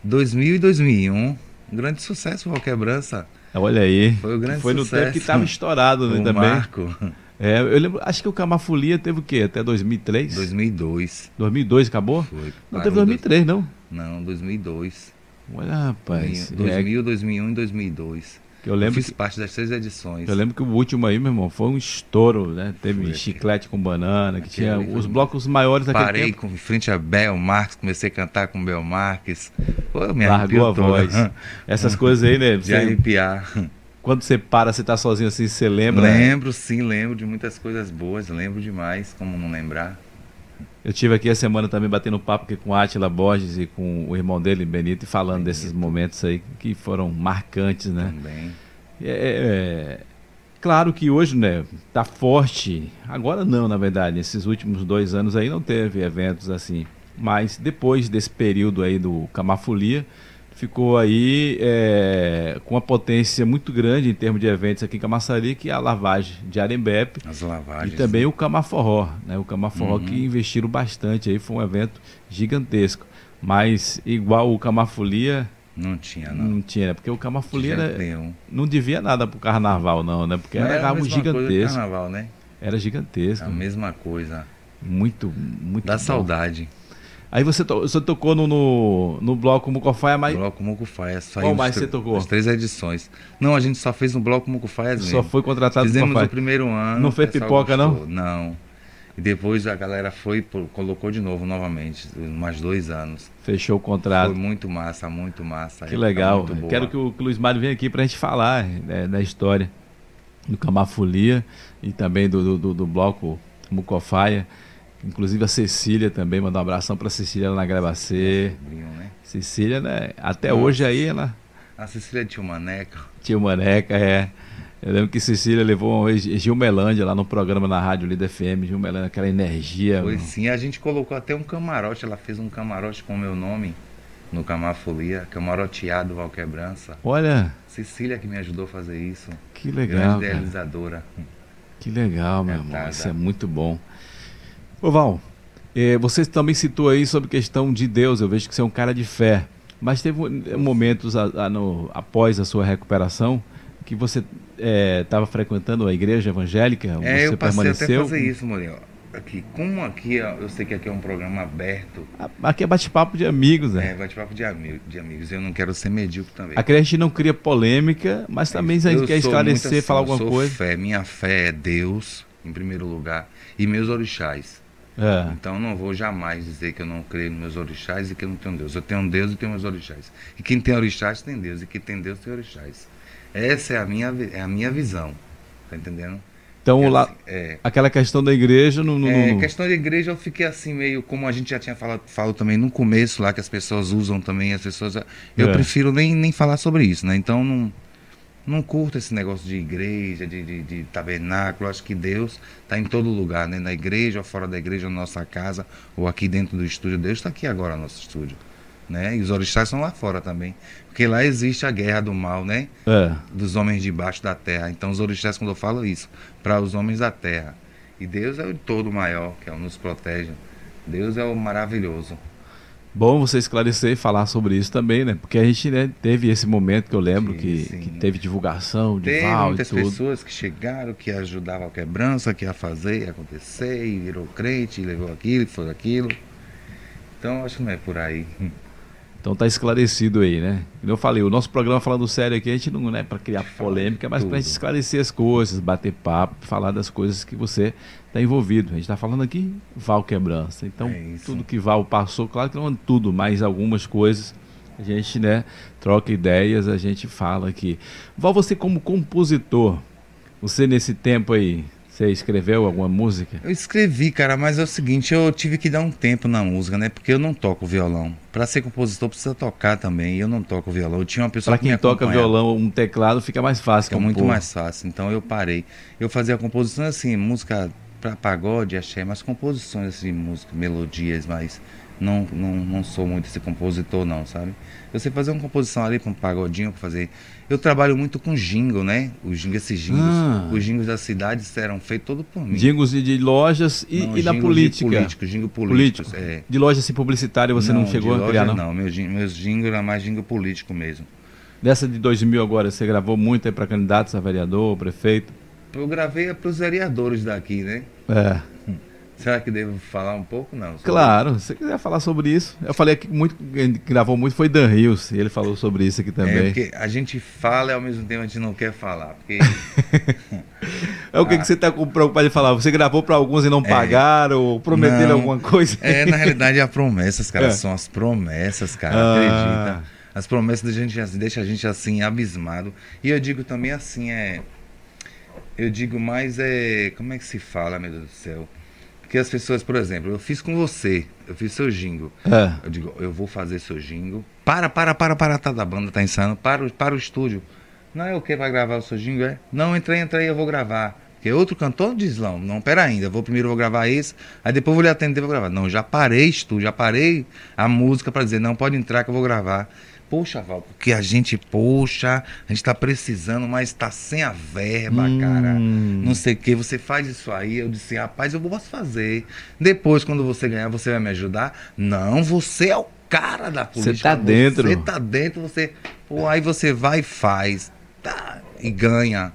[SPEAKER 2] 2000 um, e 2001. Um grande sucesso, Val Quebrança.
[SPEAKER 1] Olha aí.
[SPEAKER 2] Foi o grande
[SPEAKER 1] Foi no
[SPEAKER 2] sucesso.
[SPEAKER 1] tempo que estava estourado né,
[SPEAKER 2] O
[SPEAKER 1] também.
[SPEAKER 2] Marco, (laughs)
[SPEAKER 1] É, eu lembro, acho que o Camafolia teve o quê? Até 2003?
[SPEAKER 2] 2002.
[SPEAKER 1] 2002 acabou?
[SPEAKER 2] Foi.
[SPEAKER 1] Não
[SPEAKER 2] Parou
[SPEAKER 1] teve
[SPEAKER 2] em dois-
[SPEAKER 1] 2003, não.
[SPEAKER 2] Não, 2002.
[SPEAKER 1] Olha, rapaz. É,
[SPEAKER 2] 2000, 2001 e 2002.
[SPEAKER 1] que eu
[SPEAKER 2] Eu
[SPEAKER 1] lembro
[SPEAKER 2] fiz
[SPEAKER 1] que,
[SPEAKER 2] parte das três edições.
[SPEAKER 1] eu lembro que o último aí, meu irmão, foi um estouro, né? Teve
[SPEAKER 2] Foi,
[SPEAKER 1] chiclete com banana, que
[SPEAKER 2] Aquele
[SPEAKER 1] tinha
[SPEAKER 2] ali foi
[SPEAKER 1] os
[SPEAKER 2] um-
[SPEAKER 1] blocos maiores daquele
[SPEAKER 2] Parei
[SPEAKER 1] tempo.
[SPEAKER 2] com, em frente a Bel Marques, comecei a cantar com Bel Marques. Pô, me
[SPEAKER 1] Largou
[SPEAKER 2] arrepio
[SPEAKER 1] a
[SPEAKER 2] toda.
[SPEAKER 1] voz. Essas coisas aí, né?
[SPEAKER 2] (laughs) De
[SPEAKER 1] Você
[SPEAKER 2] arrepiar.
[SPEAKER 1] Quando você para, você tá sozinho assim, você lembra?
[SPEAKER 2] Lembro, sim, lembro de muitas coisas boas, lembro demais, como não lembrar.
[SPEAKER 1] Eu tive aqui a semana também batendo papo aqui com Átila Borges e com o irmão dele, Benito, e falando
[SPEAKER 2] Benito.
[SPEAKER 1] desses momentos aí que foram marcantes, né?
[SPEAKER 2] Também.
[SPEAKER 1] É, é, claro que hoje, né, tá forte. Agora não, na verdade. Esses últimos dois anos aí não teve eventos assim. Mas depois desse período aí do Camafolia, ficou aí é, com uma potência muito grande em termos de eventos aqui em Camaçari, que é a lavagem de Arembepe
[SPEAKER 2] As
[SPEAKER 1] e
[SPEAKER 2] lavagens.
[SPEAKER 1] também o Camaforró, né? O Camaforró que
[SPEAKER 2] Uhum.
[SPEAKER 1] investiram bastante aí, foi um evento gigantesco. Mas igual o Camafolia,
[SPEAKER 2] Não tinha, É, não.
[SPEAKER 1] não tinha, né? Porque o Camafolia
[SPEAKER 2] De
[SPEAKER 1] era,
[SPEAKER 2] jeito nenhum.
[SPEAKER 1] não devia nada pro carnaval, não, né? Porque
[SPEAKER 2] Mas é
[SPEAKER 1] era,
[SPEAKER 2] a
[SPEAKER 1] algo
[SPEAKER 2] mesma coisa do
[SPEAKER 1] gigantesco.
[SPEAKER 2] carnaval, né? É
[SPEAKER 1] Era gigantesco.
[SPEAKER 2] A mesma coisa.
[SPEAKER 1] Muito, muito.
[SPEAKER 2] Dá
[SPEAKER 1] bom.
[SPEAKER 2] saudade.
[SPEAKER 1] Aí você, to- você tocou no, no, no bloco Mucofaia, mas
[SPEAKER 2] Bloco Mucufaia. é só
[SPEAKER 1] Qual
[SPEAKER 2] aí os
[SPEAKER 1] mais
[SPEAKER 2] tre-
[SPEAKER 1] você tocou?
[SPEAKER 2] As três edições. Não, a gente só fez um Bloco Mucufaia mesmo.
[SPEAKER 1] só foi contratado
[SPEAKER 2] Fizemos
[SPEAKER 1] Mucofaia.
[SPEAKER 2] o primeiro ano.
[SPEAKER 1] Não
[SPEAKER 2] o
[SPEAKER 1] fez
[SPEAKER 2] pessoal
[SPEAKER 1] pipoca, não?
[SPEAKER 2] gostou. Não. E depois a galera foi, e pô- colocou de novo, novamente, mais dois anos.
[SPEAKER 1] Fechou o
[SPEAKER 2] Foi
[SPEAKER 1] contrato.
[SPEAKER 2] muito massa, muito massa.
[SPEAKER 1] Tá.
[SPEAKER 2] Tá
[SPEAKER 1] Que legal. Quero que
[SPEAKER 2] eu...
[SPEAKER 1] o que o Luiz Mário venha aqui para a gente falar né, da história do Camafolia e também do, do, do- do bloco Mucofaia. Inclusive a Cecília também, mandar um abração para Cecília lá na Gravacê.
[SPEAKER 2] Né?
[SPEAKER 1] Cecília, né, até
[SPEAKER 2] Nossa.
[SPEAKER 1] hoje aí ela
[SPEAKER 2] A Cecília tinha uma neca.
[SPEAKER 1] Tio Maneca, é. Eu lembro que Cecília levou uma vez Gilmelândia lá no programa na Rádio Líder FM, Gilmelândia, aquela energia.
[SPEAKER 2] Foi
[SPEAKER 1] mano.
[SPEAKER 2] sim, a gente colocou até um camarote, ela fez um camarote com o meu nome no Camafolia, é camaroteado Valquebrança.
[SPEAKER 1] Olha,
[SPEAKER 2] Cecília que me ajudou a fazer isso,
[SPEAKER 1] que
[SPEAKER 2] grande
[SPEAKER 1] legal. cara. Então
[SPEAKER 2] idealizadora.
[SPEAKER 1] Que legal, meu
[SPEAKER 2] É,
[SPEAKER 1] irmão.
[SPEAKER 2] tá,
[SPEAKER 1] Isso
[SPEAKER 2] tá.
[SPEAKER 1] é muito bom. Ô Val, eh, você também citou aí sobre questão de Deus. Eu vejo que você é um cara de fé. Mas teve eh, momentos a- a- no- após a sua recuperação que você estava frequentando a igreja evangélica?
[SPEAKER 2] é,
[SPEAKER 1] você
[SPEAKER 2] eu passei até a
[SPEAKER 1] permaneceu?
[SPEAKER 2] fazer isso, Morinho. Aqui, como aqui, ó, eu sei que aqui é um programa aberto,
[SPEAKER 1] A- Aqui é bate-papo de amigos, né?
[SPEAKER 2] é, bate-papo de, ami- de amigos, eu não quero ser medíocre também.
[SPEAKER 1] Aqui a gente não cria polêmica, mas também a
[SPEAKER 2] É Eu
[SPEAKER 1] gente quer
[SPEAKER 2] sou
[SPEAKER 1] esclarecer,
[SPEAKER 2] muito assim,
[SPEAKER 1] falar
[SPEAKER 2] eu
[SPEAKER 1] alguma
[SPEAKER 2] sou
[SPEAKER 1] coisa.
[SPEAKER 2] Fé. Minha fé é Deus, em primeiro lugar, e meus orixás.
[SPEAKER 1] É.
[SPEAKER 2] Então eu não vou jamais dizer que eu não creio nos meus orixás e que eu não tenho Deus. Eu tenho Deus e tenho meus orixás. E quem tem orixás tem Deus. E quem tem Deus tem orixás. Essa é a minha, vi- é a minha visão. Tá entendendo?
[SPEAKER 1] Então,
[SPEAKER 2] É
[SPEAKER 1] lá,
[SPEAKER 2] assim, é,
[SPEAKER 1] aquela questão da igreja não. não-
[SPEAKER 2] é,
[SPEAKER 1] não-
[SPEAKER 2] questão de igreja, eu fiquei assim meio, como a gente já tinha falado, falo também no começo lá, que as pessoas usam também, as pessoas. Eu
[SPEAKER 1] É.
[SPEAKER 2] prefiro nem, nem falar sobre isso, né? Então não, não curto esse negócio de igreja, de, de, de tabernáculo. Acho que Deus está em todo lugar, né? Na igreja, ou fora da igreja, na nossa casa, ou aqui dentro do estúdio. Deus está aqui agora no nosso estúdio. Né? E os orixás são lá fora também. Porque lá existe a guerra do mal, né?
[SPEAKER 1] É.
[SPEAKER 2] dos homens debaixo da terra. Então os orixás, quando eu falo isso, para os homens da terra. E Deus é o todo maior, que é o nos protege. Deus é o maravilhoso.
[SPEAKER 1] Bom você esclarecer e falar sobre isso também, né? Porque a gente né, teve esse momento que eu lembro
[SPEAKER 2] Sim,
[SPEAKER 1] que,
[SPEAKER 2] sim.
[SPEAKER 1] que teve divulgação de
[SPEAKER 2] Teve
[SPEAKER 1] Val e
[SPEAKER 2] muitas
[SPEAKER 1] tudo.
[SPEAKER 2] pessoas que chegaram, que ajudavam a quebrança, que ia fazer, ia acontecer, e virou crente, e levou aquilo, e foi aquilo. Então acho que não é por aí.
[SPEAKER 1] Então tá esclarecido aí, né? Como eu falei, o nosso programa falando sério aqui, a gente não é para criar polêmica, mas pra
[SPEAKER 2] tudo.
[SPEAKER 1] gente esclarecer as coisas, bater papo, falar das coisas que você tá envolvido. A gente tá falando aqui Val Quebrança. Então,
[SPEAKER 2] É isso.
[SPEAKER 1] tudo que Val passou, claro que não é tudo, mas algumas coisas a gente, né, troca ideias, a gente fala aqui. Val, você como compositor, você nesse tempo aí, você escreveu alguma música?
[SPEAKER 2] Eu escrevi, cara, mas é o seguinte, eu tive que dar um tempo na música, né? Porque eu não toco violão. Pra ser compositor precisa tocar também, e eu não toco violão. Eu tinha uma pessoa
[SPEAKER 1] Pra
[SPEAKER 2] que me
[SPEAKER 1] quem toca
[SPEAKER 2] acompanhava.
[SPEAKER 1] violão, um teclado fica mais fácil,
[SPEAKER 2] Fica É muito
[SPEAKER 1] compor.
[SPEAKER 2] mais fácil. Então eu parei. Eu fazia a composição assim, música pra pagode, axé, mas composições assim, música, melodias, mas não, não, não sou muito esse compositor não, sabe? Eu sei fazer uma composição ali pra um pagodinho, pra fazer. Eu trabalho muito com jingle, né? Os jingles, esses jingles,
[SPEAKER 1] Ah.
[SPEAKER 2] os jingles da cidade serão feitos todo por mim.
[SPEAKER 1] Jingles de, de lojas e,
[SPEAKER 2] Não,
[SPEAKER 1] e da
[SPEAKER 2] jingles de
[SPEAKER 1] política.
[SPEAKER 2] Político, jingle
[SPEAKER 1] Político.
[SPEAKER 2] político. É.
[SPEAKER 1] De loja assim, publicitária você não,
[SPEAKER 2] de
[SPEAKER 1] chegou a
[SPEAKER 2] loja,
[SPEAKER 1] criar, não?
[SPEAKER 2] Não, meu jing- meus jingles era mais jingle político mesmo.
[SPEAKER 1] Dessa de 2000 agora, você gravou muito aí para candidatos a vereador, prefeito?
[SPEAKER 2] Eu gravei é pros vereadores daqui, né?
[SPEAKER 1] É.
[SPEAKER 2] Será que devo falar um pouco? Não. sobre
[SPEAKER 1] Claro, se você quiser falar sobre isso. Eu falei aqui que muito, quem gravou muito foi Dan Rios, e ele falou sobre isso aqui
[SPEAKER 2] É,
[SPEAKER 1] também. É,
[SPEAKER 2] porque a gente fala e ao mesmo tempo a gente não quer falar. Porque
[SPEAKER 1] É o que, que você está preocupado de falar? Você gravou para alguns e não pagaram, ou prometeram
[SPEAKER 2] É. Não.
[SPEAKER 1] alguma coisa?
[SPEAKER 2] é, na realidade, é a é promessas, cara.
[SPEAKER 1] (laughs) É.
[SPEAKER 2] São as promessas, cara.
[SPEAKER 1] Ah.
[SPEAKER 2] Acredita. As promessas da gente assim, deixa a gente assim abismado. E eu digo também assim, é eu digo mais é, como é que se fala, meu Deus do céu? Porque as pessoas, por exemplo, eu fiz com você, eu fiz seu jingo.
[SPEAKER 1] É.
[SPEAKER 2] Eu digo, eu vou fazer seu jingo. Para, para, para, para, tá da banda, tá insano. Para, o- para o estúdio. Não é o que vai gravar o seu jingo, é? Não, entra aí, entra aí, eu vou gravar. Porque outro cantor diz, não, não, pera ainda, eu vou primeiro eu vou gravar esse, aí depois eu vou lhe atender, vou gravar. Não, já parei estúdio, já parei a música pra dizer, não, pode entrar que eu vou gravar. Poxa, Val, porque a gente, poxa, a gente tá precisando, mas tá sem a verba, cara
[SPEAKER 1] Hum.
[SPEAKER 2] não sei o que, você faz isso aí. Eu disse, rapaz, eu posso fazer. Depois, quando você ganhar, você vai me ajudar? Não, você é o cara da política.
[SPEAKER 1] tá dentro.
[SPEAKER 2] Você tá dentro, você. Pô, aí você vai e faz. Tá, e ganha.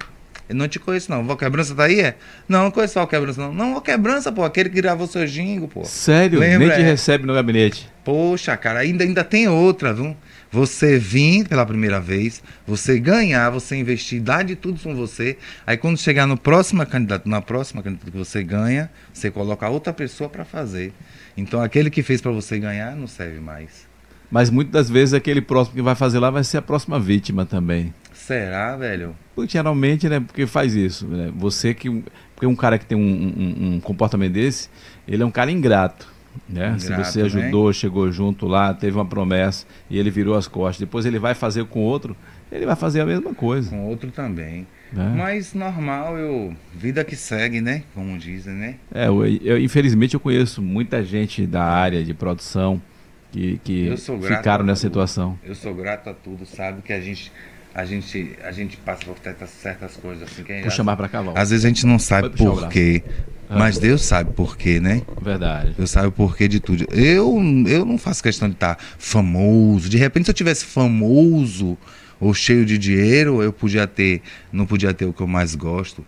[SPEAKER 2] Eu não te conheço, não. Val Quebrança tá aí? É? Não, não conheço o Quebrança, não. Não, Val Quebrança, pô, aquele que gravou seu jingo, pô.
[SPEAKER 1] Sério?
[SPEAKER 2] Lembra,
[SPEAKER 1] Nem te
[SPEAKER 2] é.
[SPEAKER 1] recebe no gabinete.
[SPEAKER 2] Poxa, cara, ainda, ainda tem outra, viu? Você vir pela primeira vez, você ganhar, você investir, dar de tudo com você. Aí quando chegar no próximo candidato, na próxima candidato que você ganha, você coloca outra pessoa pra fazer. Então aquele que fez pra você ganhar não serve mais.
[SPEAKER 1] Mas muitas das vezes aquele próximo que vai fazer lá vai ser a próxima vítima também.
[SPEAKER 2] Será, velho?
[SPEAKER 1] Porque geralmente, né, porque faz isso, né? Você que. Porque um cara que tem um, um- um comportamento desse, ele é um cara ingrato. Né? Se
[SPEAKER 2] Ingrato,
[SPEAKER 1] você
[SPEAKER 2] né?
[SPEAKER 1] ajudou, chegou junto lá, teve uma promessa e ele virou as costas, depois ele vai fazer com outro, ele vai fazer a mesma coisa.
[SPEAKER 2] Com outro também.
[SPEAKER 1] né?
[SPEAKER 2] Mas normal, eu. Vida que segue, né? Como dizem, né?
[SPEAKER 1] É, eu, eu- infelizmente eu conheço muita gente da área de produção que, que
[SPEAKER 2] Eu sou grato
[SPEAKER 1] ficaram
[SPEAKER 2] a
[SPEAKER 1] nessa
[SPEAKER 2] tudo.
[SPEAKER 1] situação.
[SPEAKER 2] Eu sou grato a tudo, sabe? Que a gente. A gente, a gente passa por certas, certas coisas assim. Que a gente-
[SPEAKER 1] Vou chamar pra cá, Val.
[SPEAKER 2] Às vezes a gente não sabe
[SPEAKER 1] Vai puxar o
[SPEAKER 2] por
[SPEAKER 1] braço. Ah,
[SPEAKER 2] quê, mas Deus sabe por quê, né?
[SPEAKER 1] Verdade.
[SPEAKER 2] Deus sabe o porquê de tudo. Eu, eu não faço questão de estar famoso. De repente, se eu tivesse famoso ou cheio de dinheiro, eu podia ter, não podia ter o que eu mais gosto.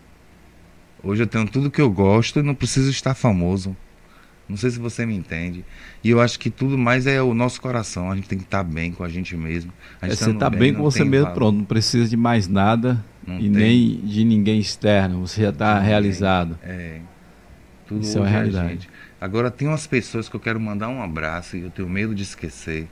[SPEAKER 2] Hoje eu tenho tudo que eu gosto e não preciso estar famoso. Não sei se você me entende. E eu acho que tudo mais é o nosso coração. A gente tem que estar bem com a gente mesmo. A gente
[SPEAKER 1] É, você
[SPEAKER 2] estando
[SPEAKER 1] tá bem com
[SPEAKER 2] não
[SPEAKER 1] você
[SPEAKER 2] tem
[SPEAKER 1] mesmo,
[SPEAKER 2] valor.
[SPEAKER 1] pronto, não precisa de mais nada
[SPEAKER 2] Não
[SPEAKER 1] e
[SPEAKER 2] tem.
[SPEAKER 1] nem de ninguém externo, você já está
[SPEAKER 2] Ninguém.
[SPEAKER 1] realizado.
[SPEAKER 2] É. Tudo
[SPEAKER 1] Isso é
[SPEAKER 2] hoje
[SPEAKER 1] uma
[SPEAKER 2] a
[SPEAKER 1] realidade.
[SPEAKER 2] gente. Agora tem umas pessoas que eu quero mandar um abraço e eu tenho medo de esquecer.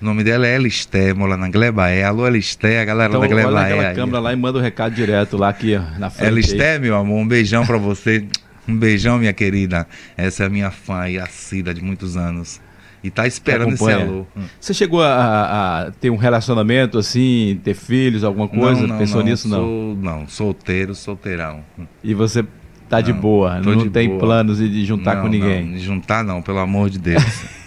[SPEAKER 2] O nome dela é Elisté, mola na Glebaé. Alô, Elisté, a galera
[SPEAKER 1] Então
[SPEAKER 2] da
[SPEAKER 1] olha
[SPEAKER 2] Glebaé.
[SPEAKER 1] naquela
[SPEAKER 2] é aí. É
[SPEAKER 1] câmera lá e manda o recado direto lá aqui ó, na frente. aí.
[SPEAKER 2] Elisté, meu amor, um beijão pra você. Um beijão, minha querida. Essa é a minha fã e a Cida de muitos anos. E tá esperando esse
[SPEAKER 1] Acompanha.
[SPEAKER 2] alô.
[SPEAKER 1] Você chegou a, a- a ter um relacionamento assim, ter filhos, alguma coisa? Pensou nisso não?
[SPEAKER 2] Sou, não, solteiro, solteirão.
[SPEAKER 1] E você tá de
[SPEAKER 2] Não,
[SPEAKER 1] boa,
[SPEAKER 2] tô
[SPEAKER 1] não
[SPEAKER 2] de
[SPEAKER 1] tem
[SPEAKER 2] boa.
[SPEAKER 1] planos de- de juntar
[SPEAKER 2] Não,
[SPEAKER 1] com ninguém.
[SPEAKER 2] Não, juntar não, pelo amor de Deus.
[SPEAKER 1] (laughs)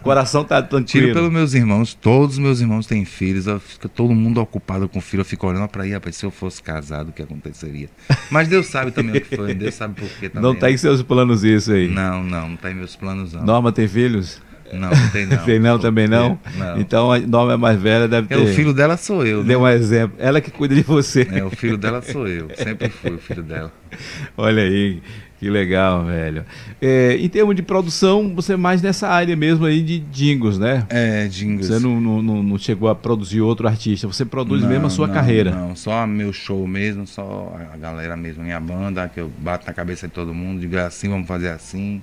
[SPEAKER 1] O coração tá
[SPEAKER 2] Tiro
[SPEAKER 1] tranquilo.
[SPEAKER 2] pelos meus irmãos, todos os meus irmãos têm filhos, eu fico todo mundo ocupado com filho, eu fico olhando pra aí, rapaz, se eu fosse casado, o que aconteceria? Mas Deus sabe também o que foi, Deus sabe por que também. né?
[SPEAKER 1] Não tá em seus planos isso aí.
[SPEAKER 2] Não, não, não tá em meus planos não.
[SPEAKER 1] Norma tem filhos?
[SPEAKER 2] Não, não tem não.
[SPEAKER 1] (laughs) tem não também não?
[SPEAKER 2] Não.
[SPEAKER 1] Então a Norma é mais velha, deve
[SPEAKER 2] É,
[SPEAKER 1] ter.
[SPEAKER 2] o filho dela sou eu, né?
[SPEAKER 1] Deu um exemplo. Ela que cuida de você. (laughs)
[SPEAKER 2] É, o filho dela sou eu, sempre fui o filho dela.
[SPEAKER 1] Olha aí, que legal, velho. É, em termos de produção, você é mais nessa área mesmo aí de jingles, né?
[SPEAKER 2] É, Jingles.
[SPEAKER 1] Você não, não- não- não chegou a produzir outro artista, você produz
[SPEAKER 2] Não,
[SPEAKER 1] mesmo a sua
[SPEAKER 2] não,
[SPEAKER 1] carreira.
[SPEAKER 2] Não, só meu show mesmo, só a galera mesmo, minha banda, que eu bato na cabeça de todo mundo, digo assim, vamos fazer assim.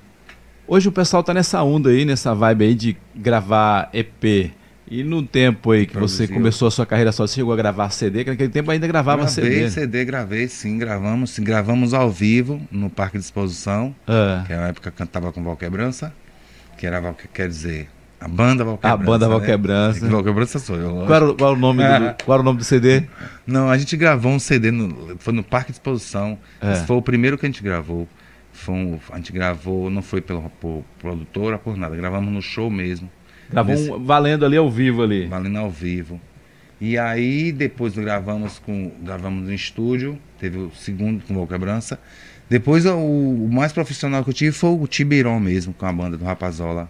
[SPEAKER 1] Hoje o pessoal tá nessa onda aí, nessa vibe aí de gravar EP. E no tempo aí que você
[SPEAKER 2] Produziu.
[SPEAKER 1] começou a sua carreira só, você chegou a gravar CD, que naquele tempo ainda gravava
[SPEAKER 2] gravei
[SPEAKER 1] CD.
[SPEAKER 2] CD. gravei sim, gravamos, sim, gravamos ao vivo no Parque de Exposição,
[SPEAKER 1] Ah,
[SPEAKER 2] que na época cantava com Val Quebrança, que era Val, quer dizer, a banda Val
[SPEAKER 1] a
[SPEAKER 2] Quebrança.
[SPEAKER 1] banda Val
[SPEAKER 2] né?
[SPEAKER 1] Quebrança.
[SPEAKER 2] É que Val Quebrança sou eu. lógico.
[SPEAKER 1] Qual era, o- qual era o nome do, qual era o nome do
[SPEAKER 2] (laughs)
[SPEAKER 1] CD?
[SPEAKER 2] Não, a gente gravou um CD, no, foi no Parque de Exposição,
[SPEAKER 1] É.
[SPEAKER 2] esse foi o primeiro que a gente gravou. Foi um- a gente gravou, não foi pela por produtora, por nada, gravamos no show mesmo.
[SPEAKER 1] Gravou
[SPEAKER 2] Nesse-
[SPEAKER 1] um valendo ali ao vivo ali.
[SPEAKER 2] Valendo ao vivo. E aí depois gravamos com gravamos no estúdio, teve o segundo com o Val Quebrança. Depois o, o mais profissional que eu tive foi o Tibirão mesmo, com a banda do Rapazola.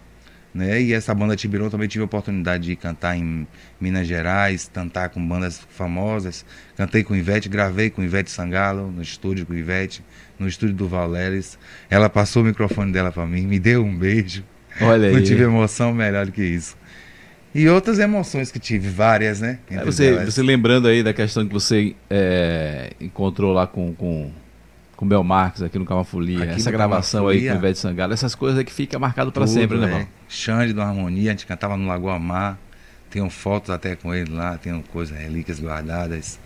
[SPEAKER 2] Né? E essa banda Tibirão também tive a oportunidade de cantar em Minas Gerais, cantar com bandas famosas. Cantei com Ivete, gravei com Ivete Sangalo, no estúdio com Ivete, no estúdio do Valéris. Ela passou o microfone dela para mim, me deu um beijo.
[SPEAKER 1] Olha aí.
[SPEAKER 2] Não tive emoção melhor do que isso. E outras emoções que tive, várias, né?
[SPEAKER 1] É,
[SPEAKER 2] Entre
[SPEAKER 1] Você,
[SPEAKER 2] elas.
[SPEAKER 1] você lembrando aí da questão que você é, encontrou lá com, com, com o Bel Marques aqui no Camafolia,
[SPEAKER 2] Aqui
[SPEAKER 1] essa
[SPEAKER 2] no
[SPEAKER 1] gravação aí
[SPEAKER 2] Camafolia.
[SPEAKER 1] com o Ivete Sangalo, essas coisas aí que é fica marcado pra
[SPEAKER 2] Tudo,
[SPEAKER 1] sempre, né,
[SPEAKER 2] é.
[SPEAKER 1] Val?
[SPEAKER 2] Xande do Harmonia, a gente cantava no Lagoa Mar. Tenho fotos até com ele lá, tenho coisas, relíquias guardadas.